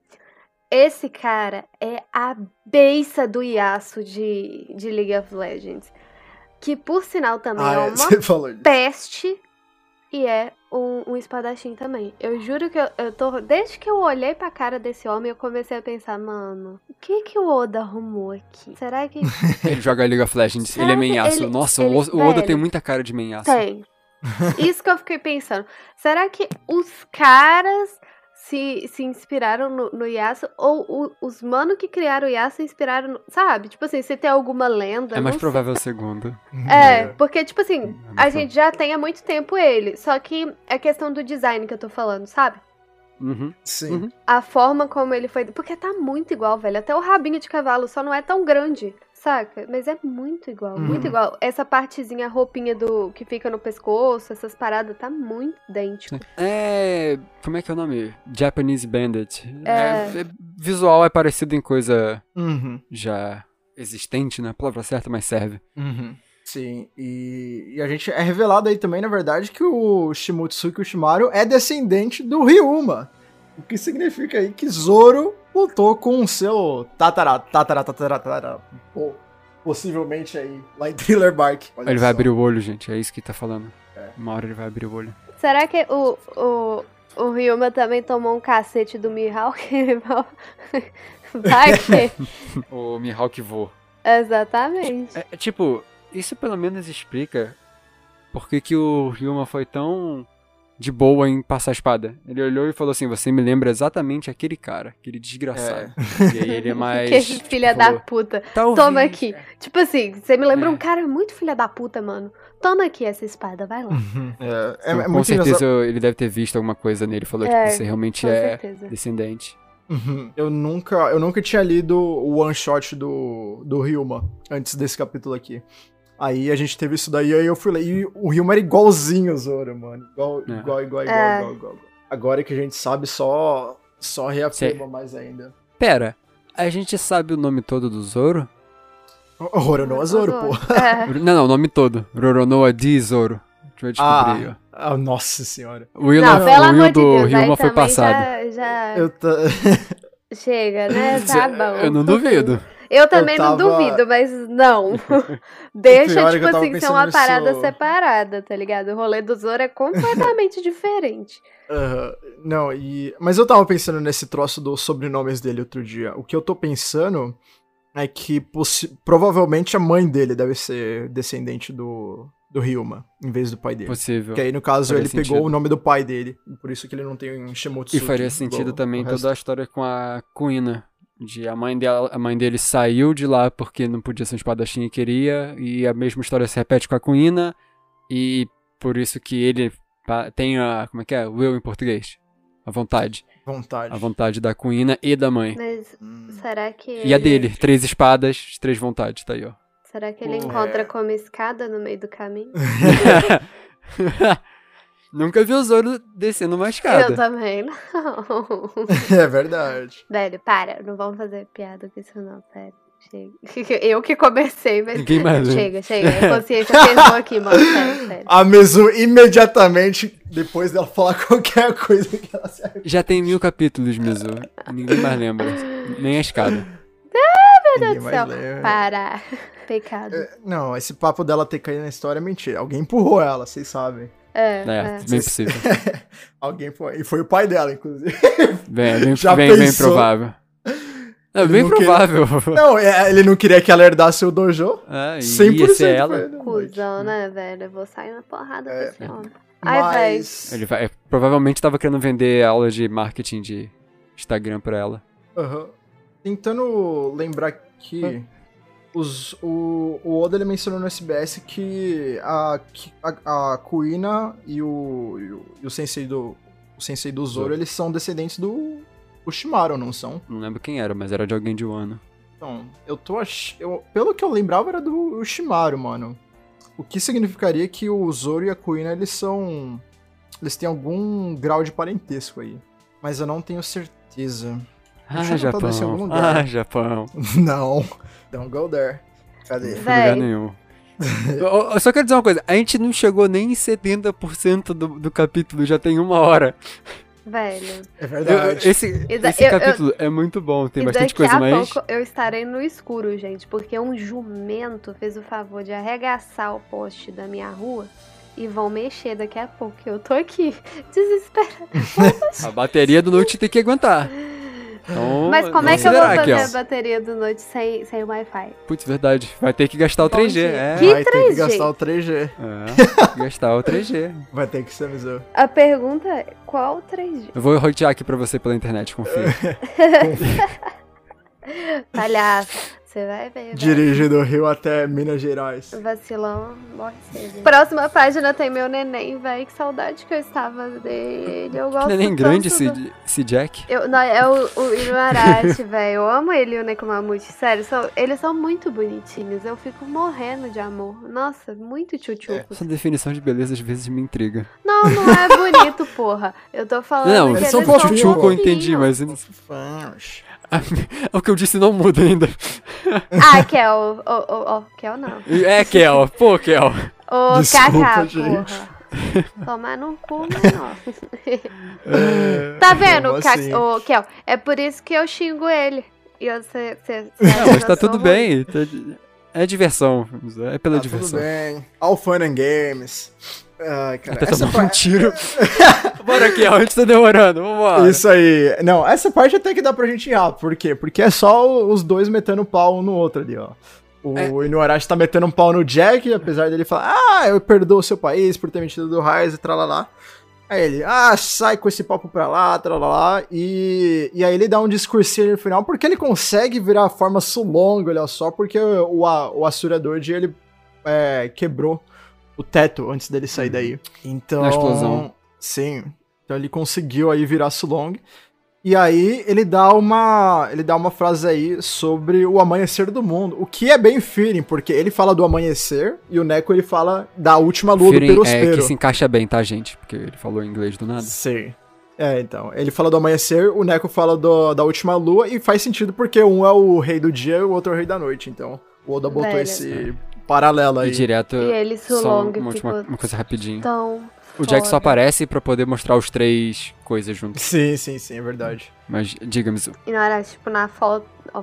Speaker 3: Esse cara é a beiça do Yasuo de, de League of Legends. Que, por sinal, também é
Speaker 1: Ah, é,
Speaker 3: uma
Speaker 1: você falou disso.
Speaker 3: peste e é um, um espadachim também. Eu juro que eu, eu tô. Desde que eu olhei pra cara desse homem, eu comecei a pensar, mano, o que que o Oda arrumou aqui? Será que.
Speaker 2: Ele joga League of Legends,
Speaker 3: Sabe,
Speaker 2: ele é menhaço.
Speaker 3: ele-
Speaker 2: Nossa,
Speaker 3: ele-
Speaker 2: o o Oda
Speaker 3: velho. Tá,
Speaker 2: tem muita cara de menhaço.
Speaker 3: Tem. Isso que eu fiquei pensando. Será que os caras se, se inspiraram no, no Yasuo? Ou o- os mano que criaram o Yasuo se inspiraram no. Sabe? Tipo assim, se tem alguma lenda.
Speaker 2: É mais
Speaker 3: não
Speaker 2: provável o segundo.
Speaker 3: É, porque, tipo assim,
Speaker 2: É
Speaker 3: a
Speaker 2: mais
Speaker 3: gente já tem há muito tempo ele. Só que é questão do design que eu tô falando, sabe?
Speaker 2: Uhum.
Speaker 1: Sim.
Speaker 2: Uhum.
Speaker 3: A forma como ele foi. Porque tá muito igual, velho. Até o rabinho de cavalo só não é tão grande, saca? Mas é muito igual,
Speaker 1: Uhum.
Speaker 3: muito igual. Essa partezinha, a roupinha do que fica no pescoço, essas paradas, tá muito idêntico.
Speaker 2: É. Como é que é o nome? Japanese Bandit.
Speaker 3: É.
Speaker 2: É, visual é parecido em coisa
Speaker 1: Uhum.
Speaker 2: já existente, né? A palavra certa, mas serve.
Speaker 1: Sim, e, e a gente é revelado aí também, na verdade, que o Shimotsuki Ushimaru é descendente do Ryuma. O que significa aí que Zoro lutou com o seu tatara, tatara, tatara, tatara, pô, possivelmente aí, lá em Thriller Bark. Olha
Speaker 2: ele vai
Speaker 1: só.
Speaker 2: abrir o olho, gente. É isso que tá falando.
Speaker 1: É.
Speaker 2: Uma hora ele vai abrir o olho.
Speaker 3: Será que o, o, o Ryuma também tomou um cacete do Mihawk? Vai que.
Speaker 2: O Mihawk voa.
Speaker 3: Exatamente.
Speaker 2: É, é, tipo, isso pelo menos explica por que, que o Ryuma foi tão de boa em passar a espada. Ele olhou e falou assim: Você me lembra exatamente aquele cara, aquele desgraçado. E aí ele é mais.
Speaker 3: que
Speaker 2: tipo,
Speaker 3: filha da
Speaker 2: falou,
Speaker 3: puta.
Speaker 2: "Talvez-
Speaker 3: Toma aqui. Tipo assim, você me lembra
Speaker 2: É.
Speaker 3: um cara muito filha da puta, mano. Toma aqui essa espada, vai lá.
Speaker 1: É, é,
Speaker 2: Sim,
Speaker 1: é
Speaker 2: com
Speaker 1: muito
Speaker 2: certeza ele deve ter visto alguma coisa nele. Falou,
Speaker 3: É,
Speaker 2: tipo, você realmente
Speaker 3: Com
Speaker 2: é
Speaker 3: certeza.
Speaker 2: descendente.
Speaker 1: Uhum. Eu nunca, eu nunca tinha lido o one shot do, do Ryuma antes desse capítulo aqui. Aí a gente teve isso daí, aí eu fui ler. E o Ryuma era igualzinho o Zoro, mano. Igual,
Speaker 2: É.
Speaker 1: igual, igual, igual,
Speaker 3: É.
Speaker 1: igual, igual, igual. Agora que a gente sabe, só, só reafirma mais ainda.
Speaker 2: Pera, a gente sabe o nome todo do Zoro?
Speaker 1: O- o Roronoa Zoro, pô.
Speaker 3: É.
Speaker 2: Não, não, o nome todo. Roronoa de Zoro. A gente vai descobrir, ó.
Speaker 1: Ah, nossa senhora.
Speaker 2: O Will,
Speaker 3: Não,
Speaker 2: não-
Speaker 3: pelo
Speaker 2: o Will
Speaker 3: amor de
Speaker 2: do
Speaker 3: Deus,
Speaker 2: Ryuma
Speaker 3: aí
Speaker 2: foi
Speaker 3: também
Speaker 2: passado.
Speaker 3: já, já
Speaker 1: Eu tô...
Speaker 3: chega, né? Tá bom.
Speaker 2: Eu não duvido.
Speaker 3: Eu também
Speaker 1: Eu
Speaker 3: não
Speaker 1: tava-
Speaker 3: duvido, mas não. Deixa,
Speaker 1: Pior é que
Speaker 3: tipo
Speaker 1: eu tava
Speaker 3: assim, ser
Speaker 1: pensando
Speaker 3: uma
Speaker 1: nisso-
Speaker 3: parada separada, tá ligado? O rolê do Zoro é completamente diferente.
Speaker 1: Aham. não, e. Mas eu tava pensando nesse troço dos sobrenomes dele outro dia. O que eu tô pensando é que possi- provavelmente a mãe dele deve ser descendente do, do Ryuma, em vez do pai dele.
Speaker 2: Possível.
Speaker 1: Porque aí, no caso,
Speaker 2: Faria
Speaker 1: ele
Speaker 2: sentido.
Speaker 1: pegou o nome do pai dele. E por isso que ele não tem um Shimotsuki.
Speaker 2: E faria sentido
Speaker 1: igual
Speaker 2: também
Speaker 1: né? o
Speaker 2: toda
Speaker 1: resto.
Speaker 2: a história com a Kuina. De a mãe, dela, a mãe dele saiu de lá porque não podia ser um espadachim e queria. E a mesma história se repete com a Kuina. E por isso que ele pa- tem a. Como é que é? Will em português. A vontade.
Speaker 1: vontade.
Speaker 2: A vontade da Kuina e da mãe.
Speaker 3: Mas
Speaker 1: Hum.
Speaker 3: será que
Speaker 2: E a dele. Três espadas, três vontades. Tá aí, ó.
Speaker 3: será que ele
Speaker 2: Pô,
Speaker 3: encontra
Speaker 1: é.
Speaker 3: como escada no meio do caminho?
Speaker 2: Nunca vi o Zoro descendo uma
Speaker 3: Eu
Speaker 2: escada.
Speaker 3: também não.
Speaker 1: é verdade.
Speaker 3: Velho, para, não vamos fazer piada com isso não, sério. Chega. Eu que comecei, mas.
Speaker 2: Ninguém mais
Speaker 3: Chega,
Speaker 2: lembra.
Speaker 3: chega. A consciência pesou aqui, mano. Sério, sério.
Speaker 1: A Mezu imediatamente depois dela falar qualquer coisa que ela se
Speaker 2: Já tem mil capítulos, Mizu. Ninguém mais lembra. Nem a escada.
Speaker 1: Meu
Speaker 3: Deus do céu.
Speaker 1: é.
Speaker 3: É. Para. Pecado.
Speaker 1: Não, esse papo dela ter caído na história é mentira. Alguém empurrou ela, vocês sabem.
Speaker 3: É.
Speaker 2: É,
Speaker 3: é.
Speaker 2: bem possível.
Speaker 1: Alguém foi. E foi o pai dela, inclusive.
Speaker 2: Bem, bem,
Speaker 1: Já
Speaker 2: bem, bem
Speaker 1: pensou?
Speaker 2: provável. É
Speaker 1: Ele
Speaker 2: bem
Speaker 1: não queria-
Speaker 2: provável.
Speaker 1: Não, é, ele não queria que ela herdasse o dojo.
Speaker 2: Ah, e
Speaker 1: 100%
Speaker 2: ia ser
Speaker 1: foi
Speaker 2: ela.
Speaker 1: ele, mas-
Speaker 3: Cusão, né, velho? Eu vou sair na porrada
Speaker 1: É.
Speaker 3: com esse homem. Ai, velho.
Speaker 1: Mas.
Speaker 2: Ele vai- é, provavelmente tava querendo vender aula de marketing de Instagram pra ela.
Speaker 1: Aham. Tentando lembrar
Speaker 2: Ah.
Speaker 1: que. Os, o, o Oda ele mencionou no SBS que a, que a, a Kuina e o, e o, e o sensei do o sensei do Zoro,
Speaker 2: Zoro.
Speaker 1: eles são descendentes do Ushimaru, não são?
Speaker 2: Não lembro quem era, mas era de alguém de um Wano.
Speaker 1: Então, eu tô ach... eu, Pelo que eu lembrava era do Ushimaru, mano. O que significaria que o Zoro e a Kuina, eles são... Eles têm algum grau de parentesco aí. Mas eu não tenho certeza. Deixa
Speaker 2: Ah,
Speaker 1: eu botar desse em algum
Speaker 2: Japão.
Speaker 1: lugar.
Speaker 2: Ah, Japão.
Speaker 1: não. Don't go there.
Speaker 2: Não
Speaker 1: Cadê?
Speaker 2: foi lugar
Speaker 3: Véi.
Speaker 2: nenhum. eu, eu só quero dizer uma coisa. A gente não chegou nem em 70% do, do capítulo, já tem uma hora.
Speaker 3: Velho.
Speaker 1: É
Speaker 2: Eu- eu-
Speaker 1: verdade.
Speaker 2: esse
Speaker 3: E da-
Speaker 2: esse
Speaker 3: eu- eu-
Speaker 2: capítulo é muito bom, tem
Speaker 3: e daqui
Speaker 2: bastante coisa,
Speaker 3: a
Speaker 2: mas...
Speaker 3: pouco eu estarei no escuro, gente, porque um jumento fez o favor de arregaçar o poste da minha rua e vão mexer daqui a pouco. Eu tô aqui, desesperada.
Speaker 2: A bateria do Note tem que aguentar. Então,
Speaker 3: Mas como é que eu vou
Speaker 2: considerar
Speaker 3: fazer
Speaker 2: aqui,
Speaker 3: a
Speaker 2: ó.
Speaker 3: bateria do noite sem, sem Wi-Fi?
Speaker 2: Putz, verdade. Vai ter que gastar o
Speaker 3: Bom
Speaker 2: 3G.
Speaker 3: dia.
Speaker 2: É.
Speaker 3: Que
Speaker 1: vai ter que
Speaker 3: 3G?
Speaker 1: gastar o 3G.
Speaker 2: É, tem que gastar o 3G.
Speaker 1: Vai ter que ser Mizu.
Speaker 3: A pergunta é, qual 3G?
Speaker 2: Eu vou rotear aqui pra você pela internet, confia.
Speaker 3: Palhaço, você vai ver. vai.
Speaker 1: Dirige do Rio até Minas Gerais.
Speaker 3: Vacilão, morre cedo. Próxima página tem meu neném, velho. Que saudade que eu estava dele. Eu gosto
Speaker 2: Não é nem
Speaker 3: tanto
Speaker 2: grande
Speaker 3: do-
Speaker 2: esse, esse Jack.
Speaker 3: Eu, não, é o, o Inuarashi, velho. Eu amo ele e o Nekomamuchi. Sério, são- eles são muito bonitinhos. Eu fico morrendo de amor. Nossa, muito tchutchucos.
Speaker 2: Essa definição de beleza às vezes me intriga.
Speaker 3: Não, não é bonito, porra. Eu tô falando
Speaker 2: Não,
Speaker 3: que
Speaker 2: eles
Speaker 1: eles
Speaker 2: são
Speaker 1: são
Speaker 2: pouco
Speaker 3: um
Speaker 1: fofinhos.
Speaker 2: tchuco, eu entendi, mas
Speaker 1: Fãs.
Speaker 2: o que eu disse não muda ainda.
Speaker 3: Ah, Kel. Ó, ó, ó, Kel não.
Speaker 2: É, Kel. Pô, Kel.
Speaker 3: Ô,
Speaker 1: Desculpa,
Speaker 3: Kaká,
Speaker 1: gente.
Speaker 3: porra. Tomar no cu, menor.
Speaker 1: É. Ah,
Speaker 3: Tá vendo,
Speaker 1: Como
Speaker 3: Ca-
Speaker 1: assim?
Speaker 3: ô, Kel? É por isso que eu xingo ele. E você. você- você acha
Speaker 2: Não, mas
Speaker 3: que
Speaker 2: tá
Speaker 3: eu sou um
Speaker 2: tudo
Speaker 3: ruim.
Speaker 2: bem. tá- É diversão. É pela
Speaker 1: Tá tudo
Speaker 2: diversão.
Speaker 1: bem. All fun and games. Ai, cara.
Speaker 2: Até
Speaker 1: essa
Speaker 2: tomar um
Speaker 1: parte...
Speaker 2: tiro. Bora, Kel. A gente tá demorando. Vambora.
Speaker 1: Isso aí. Não, essa parte até que dá pra gente ir. Ah, por quê? Porque é só o- os dois metendo pau um no outro ali, ó. O Inuarashi tá metendo um pau no Jack, apesar dele falar, ah, eu perdoo o seu país por ter mentido do Raiz e tralalá. Aí ele, ah, sai com esse papo pra lá, tralalá. E, e aí ele dá um discursinho no final, porque ele consegue virar a forma Sulong, olha só, porque o, a- o Asura Doji, ele é, quebrou o teto antes dele sair daí. Então...
Speaker 2: Uhum. Na explosão.
Speaker 1: Sim. Então ele conseguiu aí virar Sulong. E aí ele dá uma ele dá uma frase aí sobre o amanhecer do mundo, o que é bem feeling, porque ele fala do amanhecer e o Neko ele fala da última lua
Speaker 2: Feeling
Speaker 1: do
Speaker 2: é que
Speaker 1: perospero.
Speaker 2: se encaixa bem, tá, gente? Porque ele falou em inglês do nada.
Speaker 1: Sim. É, então, ele fala do amanhecer, o Neko fala do- da última lua e faz sentido porque um é o rei do dia e o outro é o rei da noite, então o Oda botou
Speaker 3: Velho.
Speaker 1: esse paralelo
Speaker 2: E
Speaker 1: aí.
Speaker 2: direto,
Speaker 3: E ele
Speaker 2: só
Speaker 3: Sulong
Speaker 2: uma, última,
Speaker 3: ficou
Speaker 2: uma coisa rapidinho.
Speaker 3: tão.
Speaker 2: O Jack só
Speaker 3: foda.
Speaker 2: aparece pra poder mostrar os três coisas juntos.
Speaker 1: Sim, sim, sim, é verdade.
Speaker 2: Mas diga-me, Zu.
Speaker 3: E na hora, tipo, na foto. ó.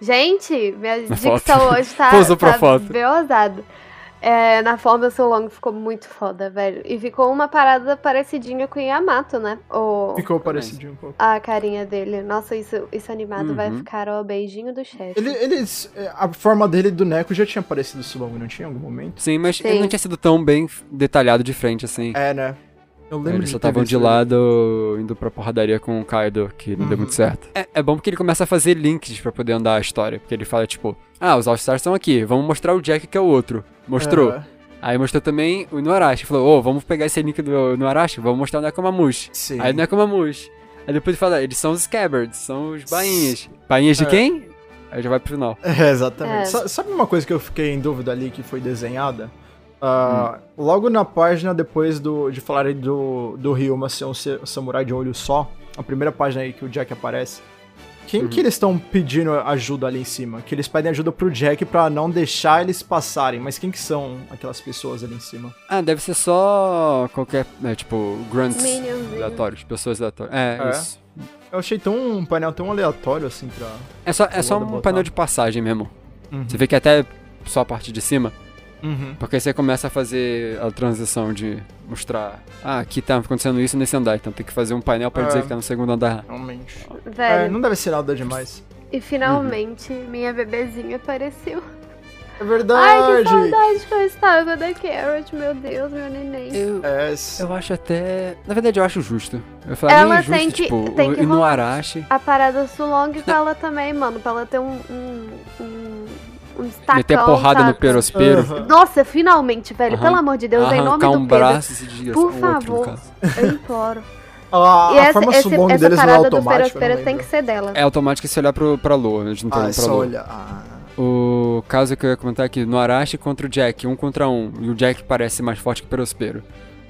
Speaker 3: Gente, minha
Speaker 2: Na
Speaker 3: dicção
Speaker 2: foto.
Speaker 3: hoje tá,
Speaker 2: Pousou pra
Speaker 3: tá
Speaker 2: foto.
Speaker 3: bem ousada. É, na forma seu longo ficou muito foda, velho. E ficou uma parada parecidinha com o Yamato, né? O,
Speaker 1: Ficou parecido um pouco.
Speaker 3: a carinha dele. Nossa, isso, isso animado vai
Speaker 2: Uhum.
Speaker 3: ficar o beijinho do chefe.
Speaker 1: Ele, eles, é, a forma dele e do Neco já tinha aparecido o Subaru, não tinha em algum momento?
Speaker 2: Sim, mas
Speaker 3: Sim.
Speaker 2: ele não tinha sido tão bem detalhado de frente assim.
Speaker 1: É, né? Eu lembro
Speaker 2: Eles
Speaker 1: de
Speaker 2: só
Speaker 1: ter
Speaker 2: estavam
Speaker 1: visto
Speaker 2: de
Speaker 1: ele.
Speaker 2: lado, indo pra porradaria com o Kaido, que não deu
Speaker 1: Uhum.
Speaker 2: muito certo. É, é bom porque ele começa a fazer links pra poder andar a história. Porque ele fala, tipo, ah, os All-Stars estão aqui, vamos mostrar o Jack que é o outro. Mostrou.
Speaker 1: É,
Speaker 2: Aí mostrou também o Inuarashi. Falou, ô, vamos pegar esse link do Inuarashi, vamos mostrar é o Nekomamushi.
Speaker 1: sim.
Speaker 2: Aí é o Nekomamushi. Aí depois ele fala, eles são os Scabbards, são os bainhas. Bainhas de
Speaker 1: É.
Speaker 2: quem? Aí já vai pro final.
Speaker 1: É, exatamente.
Speaker 3: É.
Speaker 1: Sa- Sabe uma coisa que eu fiquei em dúvida ali que foi desenhada? Ah,
Speaker 2: Hum.
Speaker 1: Logo na página depois do, de falar do, do Ryuma ser um se- samurai de olho só, a primeira página aí que o Jack aparece, quem
Speaker 2: Uhum.
Speaker 1: que eles estão pedindo ajuda ali em cima? Que eles pedem ajuda pro Jack pra não deixar eles passarem, mas quem que são aquelas pessoas ali em cima?
Speaker 2: Ah, deve ser só qualquer, né, tipo, grunts
Speaker 3: Minionzinho.
Speaker 2: aleatórios, pessoas aleatórias. É,
Speaker 1: É?
Speaker 2: isso.
Speaker 1: Eu achei tão, um painel tão aleatório assim pra...
Speaker 2: É só, é
Speaker 1: Eu
Speaker 2: só
Speaker 1: vou
Speaker 2: um
Speaker 1: botar.
Speaker 2: painel de passagem mesmo.
Speaker 1: Uhum.
Speaker 2: Você vê que é até só a parte de cima,
Speaker 1: Uhum.
Speaker 2: porque aí você começa a fazer a transição de mostrar, ah, aqui tá acontecendo isso nesse andar, então tem que fazer um painel pra
Speaker 1: É.
Speaker 2: dizer que tá no segundo andar.
Speaker 1: Realmente. É,
Speaker 3: Velho.
Speaker 1: não deve ser nada demais.
Speaker 3: E finalmente minha bebezinha apareceu.
Speaker 1: É
Speaker 3: Ai, que
Speaker 1: verdade.
Speaker 3: saudade que eu estava da Carrot, meu Deus, meu neném.
Speaker 2: Eu,
Speaker 1: É, s-
Speaker 2: eu acho até. Na verdade, eu acho justo. Eu falei,
Speaker 3: Ela
Speaker 2: nem justo,
Speaker 3: tem que-
Speaker 2: tipo,
Speaker 3: tem que
Speaker 2: o
Speaker 3: rolar.
Speaker 2: Inuarashi
Speaker 3: a parada Sulong com ela também, mano, pra ela ter um. um, um, um destacão,
Speaker 2: meter a porrada
Speaker 3: sabe?
Speaker 2: no perospero.
Speaker 1: Aham.
Speaker 3: Nossa, finalmente, velho,
Speaker 2: Aham.
Speaker 3: pelo amor de Deus, em nome
Speaker 2: arrancar
Speaker 3: do Pedro,
Speaker 2: um braço e se desgraçar
Speaker 3: Por
Speaker 2: o um outro, no
Speaker 3: favor.
Speaker 2: caso.
Speaker 3: eu imploro.
Speaker 1: A,
Speaker 3: e
Speaker 1: Ah, a
Speaker 3: essa,
Speaker 1: forma
Speaker 3: esse-
Speaker 1: Sulong
Speaker 3: essa
Speaker 1: deles não é
Speaker 3: parada do
Speaker 1: automática. eu
Speaker 3: perospero
Speaker 1: não
Speaker 3: tem que
Speaker 1: lembro.
Speaker 3: ser dela.
Speaker 2: É automático se olhar pro, pra lua, eles não estão
Speaker 1: Ah, é
Speaker 2: olhando pra
Speaker 1: só
Speaker 2: lua.
Speaker 1: olhar. Ah,
Speaker 2: O caso que eu ia comentar aqui, no Arashi contra o Jack, um contra um, e o Jack parece mais forte que o Perospero.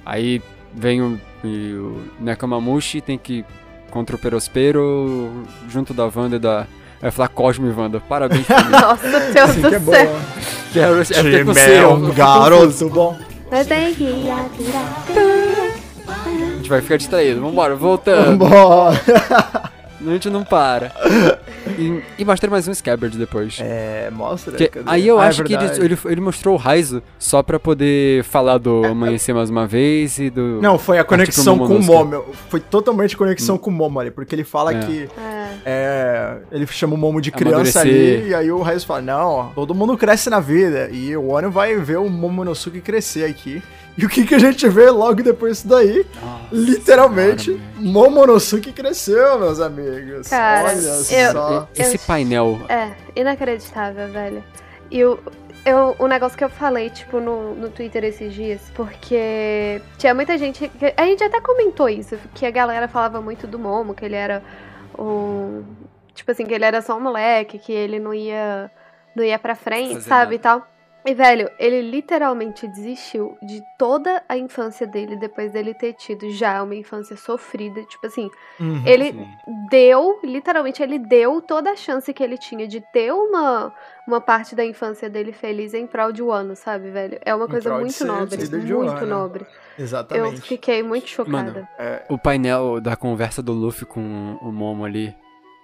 Speaker 2: Aí vem o, e o Nekamamushi, tem que ir contra o Perospero, junto da Wanda e da... Eu ia falar Cosmo e Wanda, parabéns pra mim.
Speaker 3: Nossa, Deus
Speaker 1: assim
Speaker 3: do
Speaker 1: que é
Speaker 3: céu.
Speaker 1: boa.
Speaker 2: Que era- é porque
Speaker 3: Tipo
Speaker 2: com
Speaker 1: Time
Speaker 3: assim,
Speaker 2: C,
Speaker 1: é
Speaker 2: eu-
Speaker 1: um garoto bom.
Speaker 3: Mas tem que ir atirar.
Speaker 2: A gente vai ficar distraído, vambora, voltando.
Speaker 1: Bom.
Speaker 2: A gente não para. E, e mostra mais um Scabbard depois.
Speaker 1: É, mostra.
Speaker 2: Que-
Speaker 1: cadê?
Speaker 2: aí eu
Speaker 1: Ah, é
Speaker 2: acho que ele,
Speaker 1: verdade.
Speaker 2: ele, ele mostrou o Raizo só pra poder falar
Speaker 3: É,
Speaker 2: do Amanhecer mais uma vez e do.
Speaker 1: Não, foi a
Speaker 2: Partir pro
Speaker 1: conexão com o
Speaker 2: Momonosuke.
Speaker 1: Momo. Foi totalmente conexão com o Momo ali, porque ele fala
Speaker 2: Hum. É.
Speaker 1: que
Speaker 3: É.
Speaker 1: é, ele chama o Momo de criança
Speaker 2: Amadurecer.
Speaker 1: ali, e aí o Raiz fala, não, ó, todo mundo cresce na vida, e o Ono vai ver o Momonosuke crescer aqui. E o que, que a gente vê logo depois disso daí?
Speaker 2: Nossa
Speaker 1: Literalmente,
Speaker 2: senhora, mano.
Speaker 1: Momonosuke cresceu, meus amigos.
Speaker 3: Cara,
Speaker 1: Olha
Speaker 3: eu-
Speaker 1: só.
Speaker 2: E- Esse
Speaker 3: Eu-
Speaker 2: painel.
Speaker 3: É, inacreditável, velho. E o, eu, o negócio que eu falei, tipo, no, no Twitter esses dias, porque tinha muita gente. que- a gente até comentou isso, que a galera falava muito do Momo, que ele era um. Tipo assim, que ele era só um moleque, que ele não ia. Não ia pra frente,
Speaker 2: Fazer
Speaker 3: sabe? E tal. E, velho, ele literalmente desistiu de toda a infância dele depois dele ter tido já uma infância sofrida. Tipo assim,
Speaker 1: Uhum.
Speaker 3: ele
Speaker 2: Sim.
Speaker 3: deu, literalmente, ele deu toda a chance que ele tinha de ter uma, uma parte da infância dele feliz em prol de Wano, sabe, velho? É uma
Speaker 1: Em
Speaker 3: coisa
Speaker 1: prol de
Speaker 3: muito
Speaker 1: ser
Speaker 3: nobre, assim,
Speaker 1: líder de
Speaker 3: muito
Speaker 1: Wano.
Speaker 3: nobre. Eu
Speaker 1: Exatamente. É,
Speaker 3: fiquei muito chocada.
Speaker 2: Mano, O painel da conversa do Luffy com o Momo ali.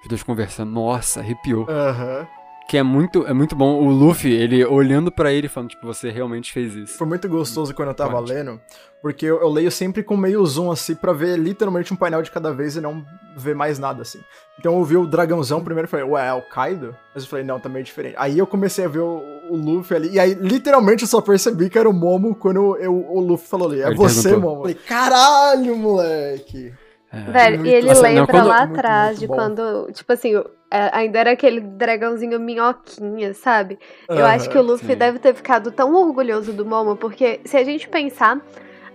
Speaker 2: Os dois conversando. Nossa, arrepiou.
Speaker 1: Aham.
Speaker 2: Que é muito, é muito bom. O Luffy, ele olhando pra ele e falando, tipo, você realmente fez isso.
Speaker 1: Foi muito gostoso quando eu tava
Speaker 2: Ótimo.
Speaker 1: lendo, porque eu, eu leio sempre com meio zoom assim pra ver literalmente um painel de cada vez e não ver mais nada assim. Então eu vi o dragãozão primeiro e falei, ué, é o Kaido? Mas eu falei, não, tá meio diferente. Aí eu comecei a ver o, o Luffy ali, e aí literalmente eu só percebi que era o Momo quando eu, o Luffy falou ali, é
Speaker 2: Ele
Speaker 1: você,
Speaker 2: perguntou.
Speaker 1: Momo. Eu falei, caralho, moleque!
Speaker 2: É.
Speaker 3: Velho,
Speaker 1: muito- é
Speaker 3: e ele
Speaker 2: Nossa, não,
Speaker 3: lembra
Speaker 1: um
Speaker 3: lá
Speaker 2: quando-
Speaker 1: muito, muito
Speaker 3: atrás de
Speaker 1: bom.
Speaker 3: quando, tipo assim, é, ainda era aquele dragãozinho minhoquinha, sabe? Eu acho que o Luffy
Speaker 2: Sim.
Speaker 3: deve ter ficado tão orgulhoso do Momo, porque se a gente pensar,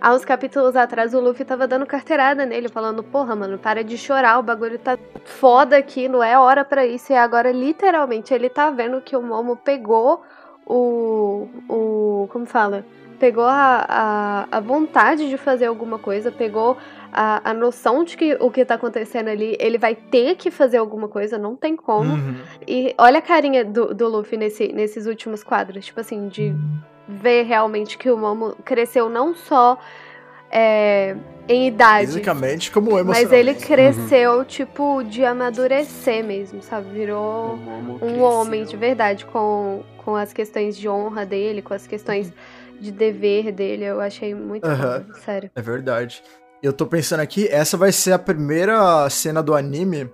Speaker 3: há uns capítulos atrás o Luffy tava dando carteirada nele, falando, porra, mano, para de chorar, o bagulho tá foda aqui, não é hora pra isso. E agora, literalmente, ele tá vendo que o Momo pegou o. o. como fala? Pegou a, a, a vontade de fazer alguma coisa, pegou a, a noção de que o que tá acontecendo ali, ele vai ter que fazer alguma coisa, não tem como.
Speaker 1: Uhum.
Speaker 3: E olha a carinha do, do Luffy nesse- nesses últimos quadros, tipo assim, de ver realmente que o Momo cresceu não só é, em idade,
Speaker 1: Fisicamente como
Speaker 3: mas
Speaker 1: emocionalmente.
Speaker 3: ele cresceu, tipo, de amadurecer mesmo, sabe?
Speaker 2: O
Speaker 3: Virou
Speaker 2: Momo
Speaker 3: um
Speaker 2: cresceu.
Speaker 3: homem de verdade com, com as questões de honra dele, com as questões de dever dele. Eu achei muito
Speaker 1: Aham.
Speaker 3: foda, sério.
Speaker 1: É verdade. Eu tô pensando aqui, essa vai ser a primeira cena do anime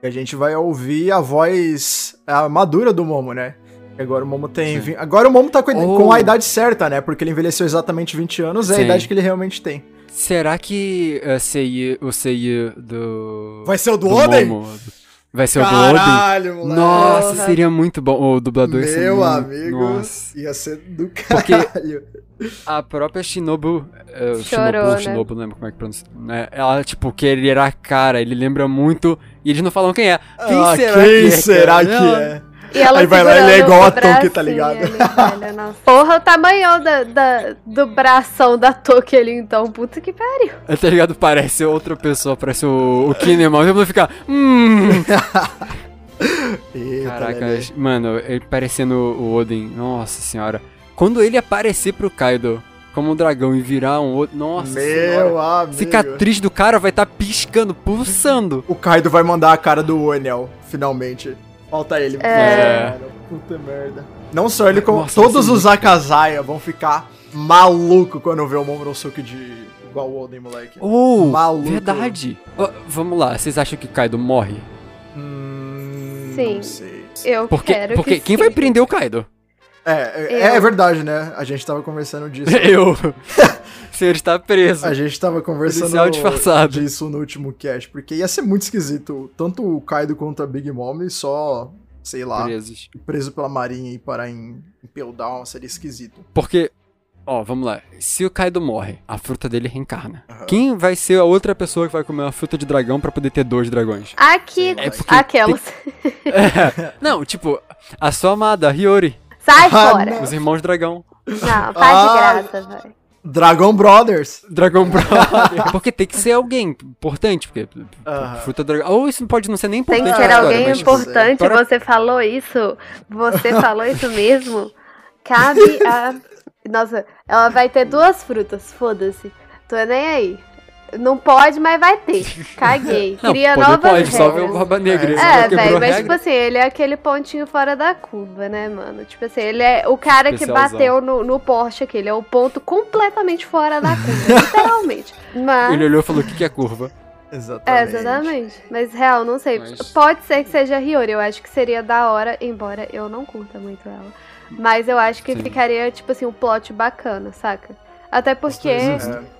Speaker 1: que a gente vai ouvir a voz a madura do Momo, né? E Agora o Momo tem.
Speaker 2: Sim.
Speaker 1: vi- Agora o Momo tá com,
Speaker 2: Oh.
Speaker 1: com a idade certa, né? Porque ele envelheceu exatamente 20 anos, é a
Speaker 2: Sim.
Speaker 1: idade que ele realmente tem.
Speaker 2: Será que uh, Seiyu- o Seiyu do...
Speaker 1: Vai ser o do,
Speaker 2: do
Speaker 1: Oden?
Speaker 2: Momo vai ser o do Oden?
Speaker 1: Caralho, moleque.
Speaker 2: Nossa,
Speaker 3: Porra.
Speaker 2: seria muito bom. O dublador ia ser
Speaker 1: Meu
Speaker 2: muito-
Speaker 1: amigo,
Speaker 2: Nossa.
Speaker 1: ia ser do
Speaker 2: Porque-
Speaker 1: caralho.
Speaker 2: A própria Shinobu. eh,
Speaker 3: Chorou,
Speaker 2: o Shinobu,
Speaker 3: né?
Speaker 2: Shinobu, não lembro como é que pronuncia. né? Ela, tipo, que ele era a cara, ele lembra muito. E eles não falam quem é. Quem
Speaker 1: Ah,
Speaker 2: será que
Speaker 1: quem
Speaker 2: é?
Speaker 1: será
Speaker 2: cara?
Speaker 1: que
Speaker 2: Ela-
Speaker 1: é?
Speaker 3: E ela
Speaker 1: Aí vai lá, ele é
Speaker 3: segurando
Speaker 1: igual
Speaker 3: o
Speaker 1: a Toque, tá
Speaker 3: bracinho
Speaker 1: ligado?
Speaker 3: ali, velho, nossa. Porra, o tamanho da, da- do bração da Toque ali, então. Puta que pariu.
Speaker 2: Tá ligado? Parece outra pessoa, parece o, o Kinemon. Eu vou ficar. Hum.
Speaker 1: Eita,
Speaker 2: Caraca,
Speaker 1: Lelê.
Speaker 2: mano, ele parecendo o Odin. Nossa senhora. Quando ele aparecer pro Kaido como um dragão e virar um outro. Nossa senhora.
Speaker 1: Meu amigo.
Speaker 2: Cicatriz do cara vai estar piscando, pulsando.
Speaker 1: O Kaido vai mandar a cara do Onel, finalmente. Falta ele.
Speaker 2: É.
Speaker 1: Mano, Puta merda. Não só ele, como
Speaker 2: Nossa, vai
Speaker 1: todos
Speaker 2: ser
Speaker 1: os Akazaya vão ficar maluco quando vê o Momonosuke de igual o Oden, moleque.
Speaker 2: Oh,
Speaker 1: Maluco.
Speaker 2: verdade. Ó, vamos lá, vocês acham que Kaido morre?
Speaker 1: Hum,
Speaker 3: Sim.
Speaker 1: Não sei.
Speaker 3: Eu
Speaker 2: Porque,
Speaker 3: quero
Speaker 2: porque
Speaker 3: que
Speaker 2: quem
Speaker 3: sim.
Speaker 2: vai prender o Kaido?
Speaker 1: É, é,
Speaker 3: Eu-
Speaker 1: é verdade, né? A gente tava conversando disso.
Speaker 2: Eu. o senhor está preso.
Speaker 1: A gente tava conversando
Speaker 2: Policial disfarçado.
Speaker 1: disso no último cast, porque ia ser muito esquisito. Tanto o Kaido quanto a Big Mom só, sei lá, preso,
Speaker 2: Presos.
Speaker 1: pela marinha e parar em, em Pell Down seria esquisito.
Speaker 2: Porque, ó, vamos lá. Se o Kaido morre, a fruta dele reencarna.
Speaker 1: Aham.
Speaker 2: Quem vai ser a outra pessoa que vai comer uma fruta de dragão pra poder ter dois dragões?
Speaker 3: Aqui,
Speaker 1: É porque
Speaker 3: aquelas.
Speaker 2: É. Não, tipo, a sua amada, a Hiyori.
Speaker 3: Sai
Speaker 1: Ah,
Speaker 3: fora.
Speaker 2: Os irmãos dragão.
Speaker 3: Não, faz
Speaker 1: Ah.
Speaker 3: de graça, velho.
Speaker 1: Dragon Brothers.
Speaker 2: Dragão Brother. porque tem que ser alguém importante. Porque
Speaker 1: Aham.
Speaker 2: fruta dragão. Ou isso não pode não ser nem
Speaker 3: Tem
Speaker 2: importante.
Speaker 3: que ser
Speaker 2: agora,
Speaker 3: alguém
Speaker 2: mas, tipo,
Speaker 3: importante.
Speaker 2: para-
Speaker 3: Você falou isso. Você falou isso mesmo. Cabe a. Nossa, ela vai ter duas frutas, foda-se. Tô nem aí. Não pode, mas vai ter. Caguei.
Speaker 2: Não,
Speaker 3: Cria
Speaker 2: pode,
Speaker 3: novas
Speaker 2: pode, só ver
Speaker 3: regras.
Speaker 2: o Barba Negra. ele
Speaker 3: É,
Speaker 2: só quebrou
Speaker 3: velho,
Speaker 2: a
Speaker 3: mas tipo
Speaker 2: regra.
Speaker 3: assim, ele é aquele pontinho fora da curva, né, mano? Tipo assim, ele é o cara que
Speaker 2: Especialzão.
Speaker 3: bateu no, no Porsche aqui, ele é o ponto completamente fora da curva, literalmente. Mas,
Speaker 2: Ele olhou e falou, o que, que é curva?
Speaker 3: é,
Speaker 1: Exatamente.
Speaker 3: exatamente. Mas real, não sei.
Speaker 2: Mas-
Speaker 3: Pode ser que seja Hiyori, eu acho que seria da hora, embora eu não curta muito ela. Mas eu acho que
Speaker 2: Sim.
Speaker 3: ficaria, tipo assim, um plot bacana, saca? Até porque...
Speaker 2: dois,
Speaker 1: É,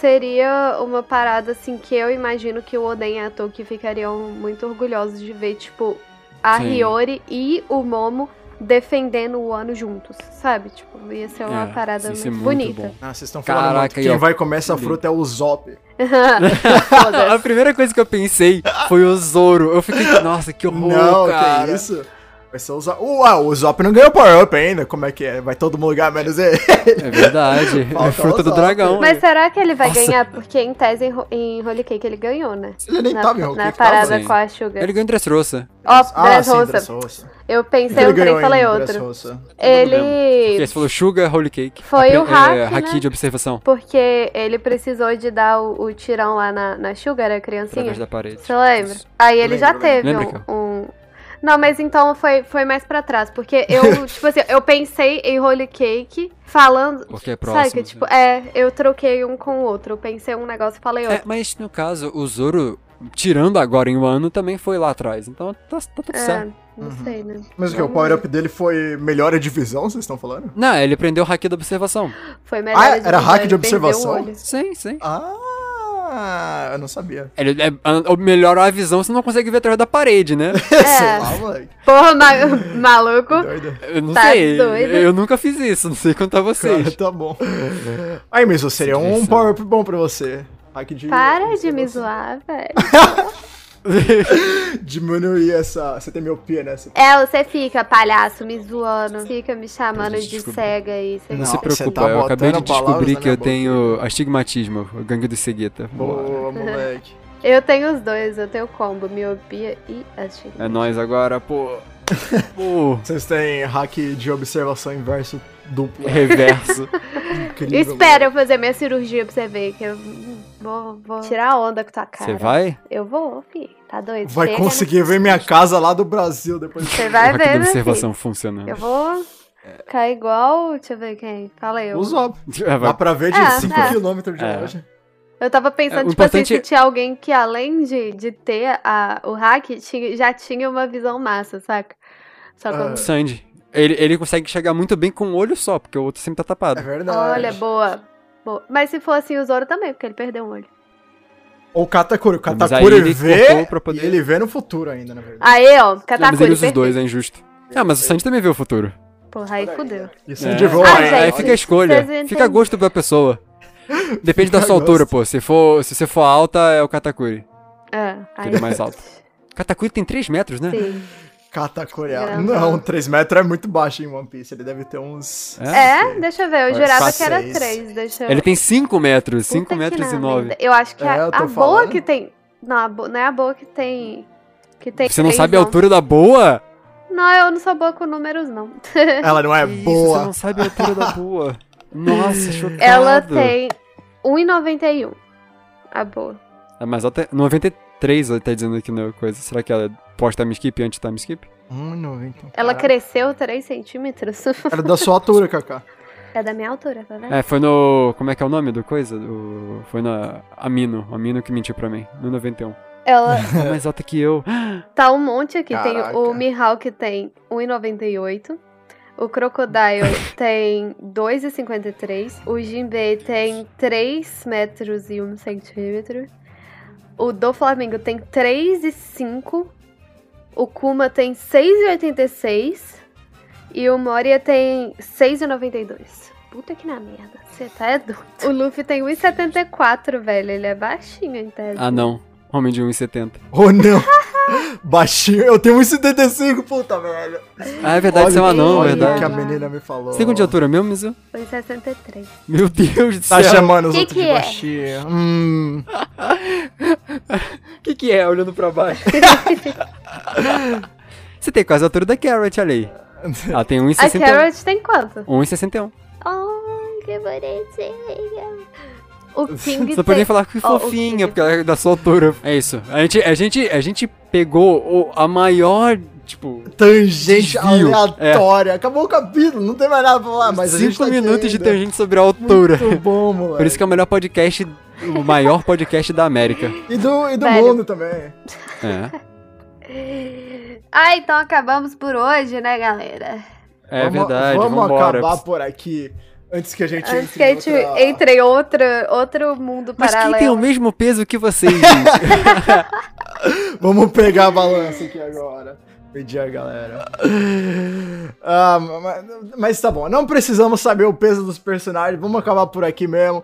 Speaker 3: Seria uma parada assim que eu imagino que o Oden e a Toki ficariam muito orgulhosos de ver, tipo, a
Speaker 2: Sim.
Speaker 3: Hiyori e o Momo defendendo o ano juntos, sabe? Tipo, ia ser uma
Speaker 2: É,
Speaker 3: parada
Speaker 2: isso é
Speaker 3: muito,
Speaker 2: muito
Speaker 3: bonita.
Speaker 1: Ah, vocês estão falando
Speaker 2: Caraca,
Speaker 1: muito.
Speaker 2: aí,
Speaker 1: Quem
Speaker 2: ó.
Speaker 1: vai comer essa
Speaker 2: Entendi.
Speaker 1: fruta é o Zop.
Speaker 2: a primeira coisa que eu pensei foi o Zoro. Eu fiquei, nossa, que horror,
Speaker 1: não,
Speaker 2: cara.
Speaker 1: que isso? Vai ser o Zop. Uau, o Zop não ganhou Power Up ainda. Como é que é? Vai todo mundo ganhar menos ele.
Speaker 2: É verdade.
Speaker 1: Falta
Speaker 2: é fruta do
Speaker 1: os
Speaker 2: dragão.
Speaker 1: olhos.
Speaker 3: Mas será que ele vai
Speaker 2: Nossa.
Speaker 3: ganhar? Porque em tese em, Ho- em Holy Cake ele ganhou, né?
Speaker 1: Ele nem tá
Speaker 3: na
Speaker 1: tava em Hulk.
Speaker 3: na
Speaker 1: ele tava-
Speaker 3: parada
Speaker 2: Sim.
Speaker 3: com a Sugar.
Speaker 2: é. Ele ganhou Dressrosa.
Speaker 3: Ó,
Speaker 1: Ah, sim,
Speaker 3: Dressrosa.
Speaker 1: Dressrosa.
Speaker 3: Eu pensei um trem e falei
Speaker 1: em
Speaker 3: outro.
Speaker 1: Dressrosa.
Speaker 2: Porque
Speaker 3: Ele.
Speaker 2: você falou Sugar, Holy Cake.
Speaker 3: Foi
Speaker 2: Apre-
Speaker 3: o hack,
Speaker 2: é,
Speaker 3: né?
Speaker 2: Haki de observação.
Speaker 3: Porque ele precisou de dar o, o tirão lá na, na Sugar, a criancinha.
Speaker 2: Através da parede.
Speaker 3: Você lembra?
Speaker 2: Isso.
Speaker 3: Aí ele
Speaker 1: Lembro,
Speaker 3: já
Speaker 1: lembro.
Speaker 3: teve
Speaker 2: Lembra,
Speaker 3: um, um- Não, mas então foi, foi mais pra trás. Porque eu, tipo assim, eu pensei em Holy Cake falando.
Speaker 2: Porque é próximo.
Speaker 3: Sabe que, tipo,
Speaker 2: né?
Speaker 3: é, eu troquei um com o outro. Eu pensei um negócio e falei
Speaker 2: É,
Speaker 3: outro.
Speaker 2: mas no caso, o Zoro, tirando agora em um ano, também foi lá atrás. Então tá, tá tudo
Speaker 3: É,
Speaker 2: certo.
Speaker 3: não
Speaker 1: Uhum.
Speaker 3: sei, né?
Speaker 1: Mas o que? O Power Up dele foi melhor a divisão, vocês estão falando?
Speaker 2: Não, ele aprendeu o hack da observação.
Speaker 3: Foi melhor.
Speaker 1: Ah,
Speaker 3: ele
Speaker 1: era hack
Speaker 3: dividir,
Speaker 1: de
Speaker 3: ele perdeu o
Speaker 1: observação?
Speaker 3: olho.
Speaker 2: Sim,
Speaker 3: É.
Speaker 2: sim.
Speaker 1: Ah, eu não sabia.
Speaker 2: Ele é, a- melhora a visão, você não consegue ver através da parede, né?
Speaker 3: É.
Speaker 1: Sei lá, moleque.
Speaker 3: Porra, ma- maluco.
Speaker 1: Que doido.
Speaker 2: Eu não
Speaker 3: Tá
Speaker 2: sei.
Speaker 3: doido.
Speaker 2: Eu nunca fiz isso, não sei contar vocês.
Speaker 1: Cara, tá bom. Aí, Mizu, seria um
Speaker 2: Interessante.
Speaker 1: power up bom pra você. Hack de.
Speaker 3: Para de me
Speaker 1: observação.
Speaker 3: zoar, velho.
Speaker 1: Diminuir essa. Você tem miopia, né? Você-
Speaker 3: É, você fica, palhaço, me zoando. Fica me chamando
Speaker 2: Gente,
Speaker 3: de
Speaker 2: desculpa.
Speaker 3: cega aí. Você...
Speaker 2: Não,
Speaker 1: Não,
Speaker 2: se
Speaker 1: você
Speaker 2: preocupa,
Speaker 1: tá
Speaker 2: eu acabei de
Speaker 1: botando palavras
Speaker 2: descobrir
Speaker 1: na
Speaker 2: que eu
Speaker 1: minha boca.
Speaker 2: tenho astigmatismo, o gangue do cegueta.
Speaker 1: Boa, moleque.
Speaker 3: Eu tenho os dois, eu tenho combo, miopia e astigmatismo.
Speaker 2: É nóis agora, pô. Pô,
Speaker 1: Vocês têm hack de observação inverso duplo. é
Speaker 2: reverso.
Speaker 1: Incrível.
Speaker 3: Espera eu fazer minha cirurgia pra você ver que eu vou, vou tirar onda com tua cara.
Speaker 2: Você vai?
Speaker 3: Eu vou, fi. Tá doido?
Speaker 1: Vai
Speaker 3: Chega,
Speaker 1: conseguir ver minha casa lá do Brasil depois.
Speaker 3: né? Você vai
Speaker 2: Hack da
Speaker 3: ver, né,
Speaker 2: observação
Speaker 3: fi?
Speaker 2: funcionando.
Speaker 3: Eu vou ficar igual... Deixa eu ver quem. Fala eu.
Speaker 1: O Zop.
Speaker 2: Ah, vai.
Speaker 1: Dá pra ver de
Speaker 3: É,
Speaker 1: 5
Speaker 3: é.
Speaker 1: km de
Speaker 2: É.
Speaker 1: longe.
Speaker 3: Eu tava
Speaker 2: É, o
Speaker 3: pensando, tipo assim,
Speaker 2: importante
Speaker 3: se
Speaker 2: é-
Speaker 3: tinha alguém que além de, de ter a, o hack, tinha- já tinha uma visão massa, saca? Só que eu-
Speaker 1: Ah.
Speaker 2: Sandy. Ele, ele consegue chegar muito bem com um olho só, porque o outro sempre tá
Speaker 1: É
Speaker 2: tapado.
Speaker 1: verdade.
Speaker 3: Olha, boa. boa. Mas se for assim, o Zoro também, porque ele perdeu um olho.
Speaker 1: Ou o Katakuri. tá O
Speaker 2: Mas aí
Speaker 1: Katakuri
Speaker 2: ele cortou
Speaker 1: vê.
Speaker 2: pra poder-
Speaker 1: E ele vê no futuro ainda, na verdade.
Speaker 3: Aí, ó,
Speaker 2: Não, mas ele
Speaker 3: Katakuri,
Speaker 2: usa os dois,
Speaker 3: perfeito.
Speaker 2: né? é injusto. Ah, mas o Sandy também vê o futuro.
Speaker 3: Porra, aí fudeu.
Speaker 1: Isso
Speaker 2: É.
Speaker 1: é de boa,
Speaker 3: Ah,
Speaker 1: hein?
Speaker 3: gente,
Speaker 2: Aí fica a escolha.
Speaker 3: vocês
Speaker 2: Fica a gosto da pessoa. Depende da
Speaker 1: Fica
Speaker 2: sua
Speaker 1: a
Speaker 2: altura,
Speaker 1: gosto.
Speaker 2: pô. Se, for, se você for alta, é o Katakuri.
Speaker 3: É, aí...
Speaker 2: Ele é mais alto. Katakuri tem 3 metros, né?
Speaker 3: Sim.
Speaker 1: Catacoreado.
Speaker 3: Grandão.
Speaker 1: Não, 3 metros é muito baixo em One Piece. Ele deve ter uns.
Speaker 3: É, deixa eu ver.
Speaker 1: Vai
Speaker 3: Eu jurava
Speaker 1: pra
Speaker 3: que era
Speaker 1: seis.
Speaker 3: 3. Deixa eu
Speaker 2: Ele tem 5 metros, 5
Speaker 3: Puta que
Speaker 2: metros e
Speaker 3: nada,
Speaker 2: 9.
Speaker 3: ainda. Eu acho que
Speaker 1: É,
Speaker 3: a,
Speaker 1: eu tô
Speaker 3: a boa
Speaker 1: falando.
Speaker 3: que tem. Não, a bo- não é a boa que tem. Que tem
Speaker 2: Você não
Speaker 3: três,
Speaker 2: sabe a altura da boa?
Speaker 3: Não, eu não sou boa com números, não.
Speaker 1: Ela não é
Speaker 2: Que isso,
Speaker 1: boa.
Speaker 2: Você não sabe a altura da boa. Nossa, chocado.
Speaker 3: Ela tem 1,91. A boa.
Speaker 2: É, mas até 93 ele tá dizendo aqui na coisa. Será que ela é pós-time skip e anti-time skip?
Speaker 1: 1,90.
Speaker 3: Ela
Speaker 1: Caralho.
Speaker 3: cresceu 3 centímetros.
Speaker 1: É. Era da sua altura, Kaká.
Speaker 3: é da minha altura, tá vendo?
Speaker 2: É, foi no. Como é que é o nome do coisa? O- foi na. Amino. Amino que mentiu pra mim. No 91.
Speaker 3: Ela
Speaker 2: Tá mais alta que eu.
Speaker 3: tá um monte aqui. Tem
Speaker 1: Caraca.
Speaker 3: o Mihawk tem 1,98. O Crocodile tem 2,53. O Jinbei tem 3 metros e 1 centímetro. O do Flamengo tem 3,5. O Kuma tem 6,86. E o Moria tem 6,92. Puta que na merda. Você tá é doido. O Luffy tem 1,74, velho. Ele é baixinho, em tese.
Speaker 2: Ah, não. Homem de 1,70.
Speaker 1: Oh, não. Baixinho. Eu tenho 1,75, puta merda.
Speaker 2: Ah, é verdade, você é um
Speaker 1: Olha-
Speaker 2: anão, é
Speaker 1: olha
Speaker 2: verdade.
Speaker 1: o que a menina me falou.
Speaker 2: Você tem quanto de altura mesmo, Mizu?
Speaker 3: Foi 63.
Speaker 2: Meu Deus do
Speaker 1: Tá
Speaker 2: céu.
Speaker 1: chamando os
Speaker 3: Que
Speaker 1: outros
Speaker 3: que
Speaker 1: de
Speaker 3: é?
Speaker 1: baixinho. Hum.
Speaker 2: O que, que é olhando pra baixo? Você tem quase a altura da Carrot, olha aí. Ela tem
Speaker 3: A
Speaker 2: 1,61.
Speaker 3: Carrot tem quanto?
Speaker 2: 1,61.
Speaker 3: Ai, que bonitinha. o King
Speaker 2: Só pra
Speaker 3: tem-
Speaker 2: nem falar que
Speaker 3: Ó, o
Speaker 2: fofinha,
Speaker 3: King-
Speaker 2: porque ela é da sua altura. É isso. A gente, a gente, a gente pegou o- a maior, tipo,
Speaker 1: Tangente
Speaker 2: Desvio, É.
Speaker 1: aleatória. Acabou o capítulo, não tem mais nada pra falar, mas a gente
Speaker 2: cinco
Speaker 1: tá aqui
Speaker 2: minutos de
Speaker 1: ainda.
Speaker 2: tangente sobre a altura.
Speaker 1: Muito bom, moleque.
Speaker 2: Por isso que é o melhor podcast, o maior podcast da América.
Speaker 1: E do, e do
Speaker 3: Velho.
Speaker 1: mundo também.
Speaker 2: É,
Speaker 3: Ah, então acabamos por hoje, né, galera?
Speaker 2: é
Speaker 1: Vamos-
Speaker 2: verdade,
Speaker 1: Vamos
Speaker 2: vambora.
Speaker 1: acabar por aqui antes que a gente
Speaker 3: Antes que a gente
Speaker 1: outra-
Speaker 3: entre em outro, outro mundo
Speaker 2: Mas
Speaker 3: paralelo.
Speaker 2: quem tem o mesmo peso que vocês, gente?
Speaker 1: Vamos pegar a balança aqui agora. Pedir a galera. Ah, mas, mas tá bom, não precisamos saber o peso dos personagens, vamos acabar por aqui mesmo.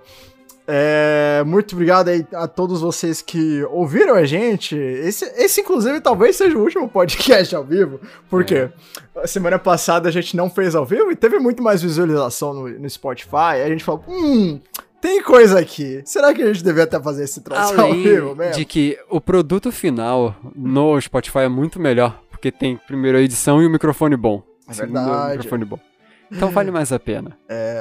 Speaker 1: É, muito obrigado aí a todos vocês que ouviram a gente. Esse, esse, inclusive, talvez seja o último podcast ao vivo, porque a semana passada a gente não fez ao vivo e teve muito mais visualização no, no Spotify. A gente falou: hum, tem coisa aqui. Será que a gente devia até fazer esse troço ao vivo
Speaker 2: Além
Speaker 1: mesmo?
Speaker 2: de que o produto final no Spotify é muito melhor, porque tem primeiro a edição e o microfone bom.
Speaker 1: É
Speaker 2: Segundo, o
Speaker 1: verdade.
Speaker 2: microfone bom. Então vale mais a pena.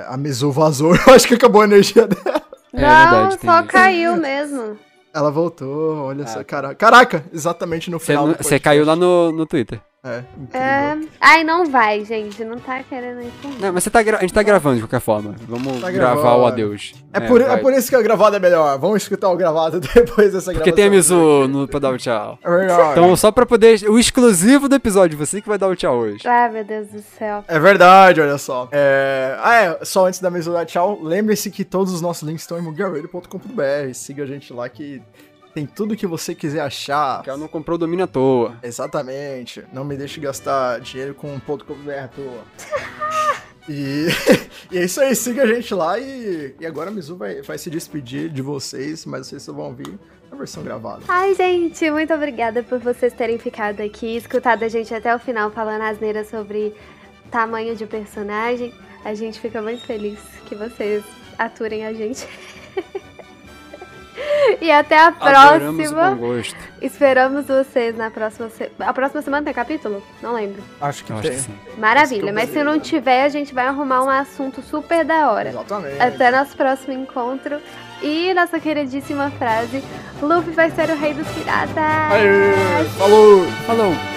Speaker 1: A Mizu vazou, eu acho que acabou a energia dela.
Speaker 2: É
Speaker 3: Não,
Speaker 2: verdade, tem
Speaker 3: só
Speaker 2: isso.
Speaker 3: caiu mesmo.
Speaker 1: Ela voltou, olha
Speaker 2: Ah,
Speaker 1: só,
Speaker 2: tá.
Speaker 1: caraca. Caraca, exatamente no
Speaker 2: Você
Speaker 1: final.
Speaker 2: não-
Speaker 1: do
Speaker 2: Você
Speaker 1: podcast.
Speaker 2: caiu lá no, no Twitter.
Speaker 1: É, incrível.
Speaker 3: É... Ai, não vai, gente. Não tá querendo ir comigo.
Speaker 2: Não, mas você tá gra- a gente tá gravando de qualquer forma. Vamos
Speaker 1: Tá
Speaker 2: gravar
Speaker 1: gravando.
Speaker 2: o adeus.
Speaker 1: É por, é
Speaker 2: vai.
Speaker 1: por isso que a gravada é melhor. Vamos escutar o gravado depois dessa gravação.
Speaker 2: Porque tem a Mizu no, pra dar o tchau.
Speaker 1: É verdade.
Speaker 2: Então, só pra poder. O exclusivo do episódio, você que vai dar o tchau hoje.
Speaker 3: Ai, Ah, meu Deus do céu.
Speaker 1: É verdade, olha só. É... Ah, é, só antes da Mizu dar tchau, lembre-se que todos os nossos links estão em mugareiro.com.br. Siga a gente lá que tem tudo que você quiser achar.
Speaker 2: Que ela não comprou o domínio à toa.
Speaker 1: Exatamente. Não me deixe gastar dinheiro com um ponto coberto. E, e é isso aí, siga a gente lá e, e agora a Mizu vai, vai se despedir de vocês, mas vocês só vão ouvir a versão gravada.
Speaker 3: Ai, gente, muito obrigada por vocês terem ficado aqui, escutado a gente até o final falando asneira sobre tamanho de personagem. A gente fica muito feliz que vocês aturem a gente. e até a
Speaker 2: Adoramos o
Speaker 3: próxima.
Speaker 2: bom gosto.
Speaker 3: Esperamos vocês na próxima semana. A próxima semana tem capítulo? Não lembro.
Speaker 1: Acho
Speaker 2: Eu acho que sim.
Speaker 1: Acho que
Speaker 3: Maravilha,
Speaker 1: eu
Speaker 3: mas se
Speaker 1: vou
Speaker 3: não
Speaker 1: ver.
Speaker 3: tiver, a gente vai arrumar um assunto super da hora.
Speaker 1: Exatamente.
Speaker 3: Até nosso próximo encontro. E nossa queridíssima frase: Luffy vai ser o rei dos piratas.
Speaker 1: Aê, falou!
Speaker 2: Falou!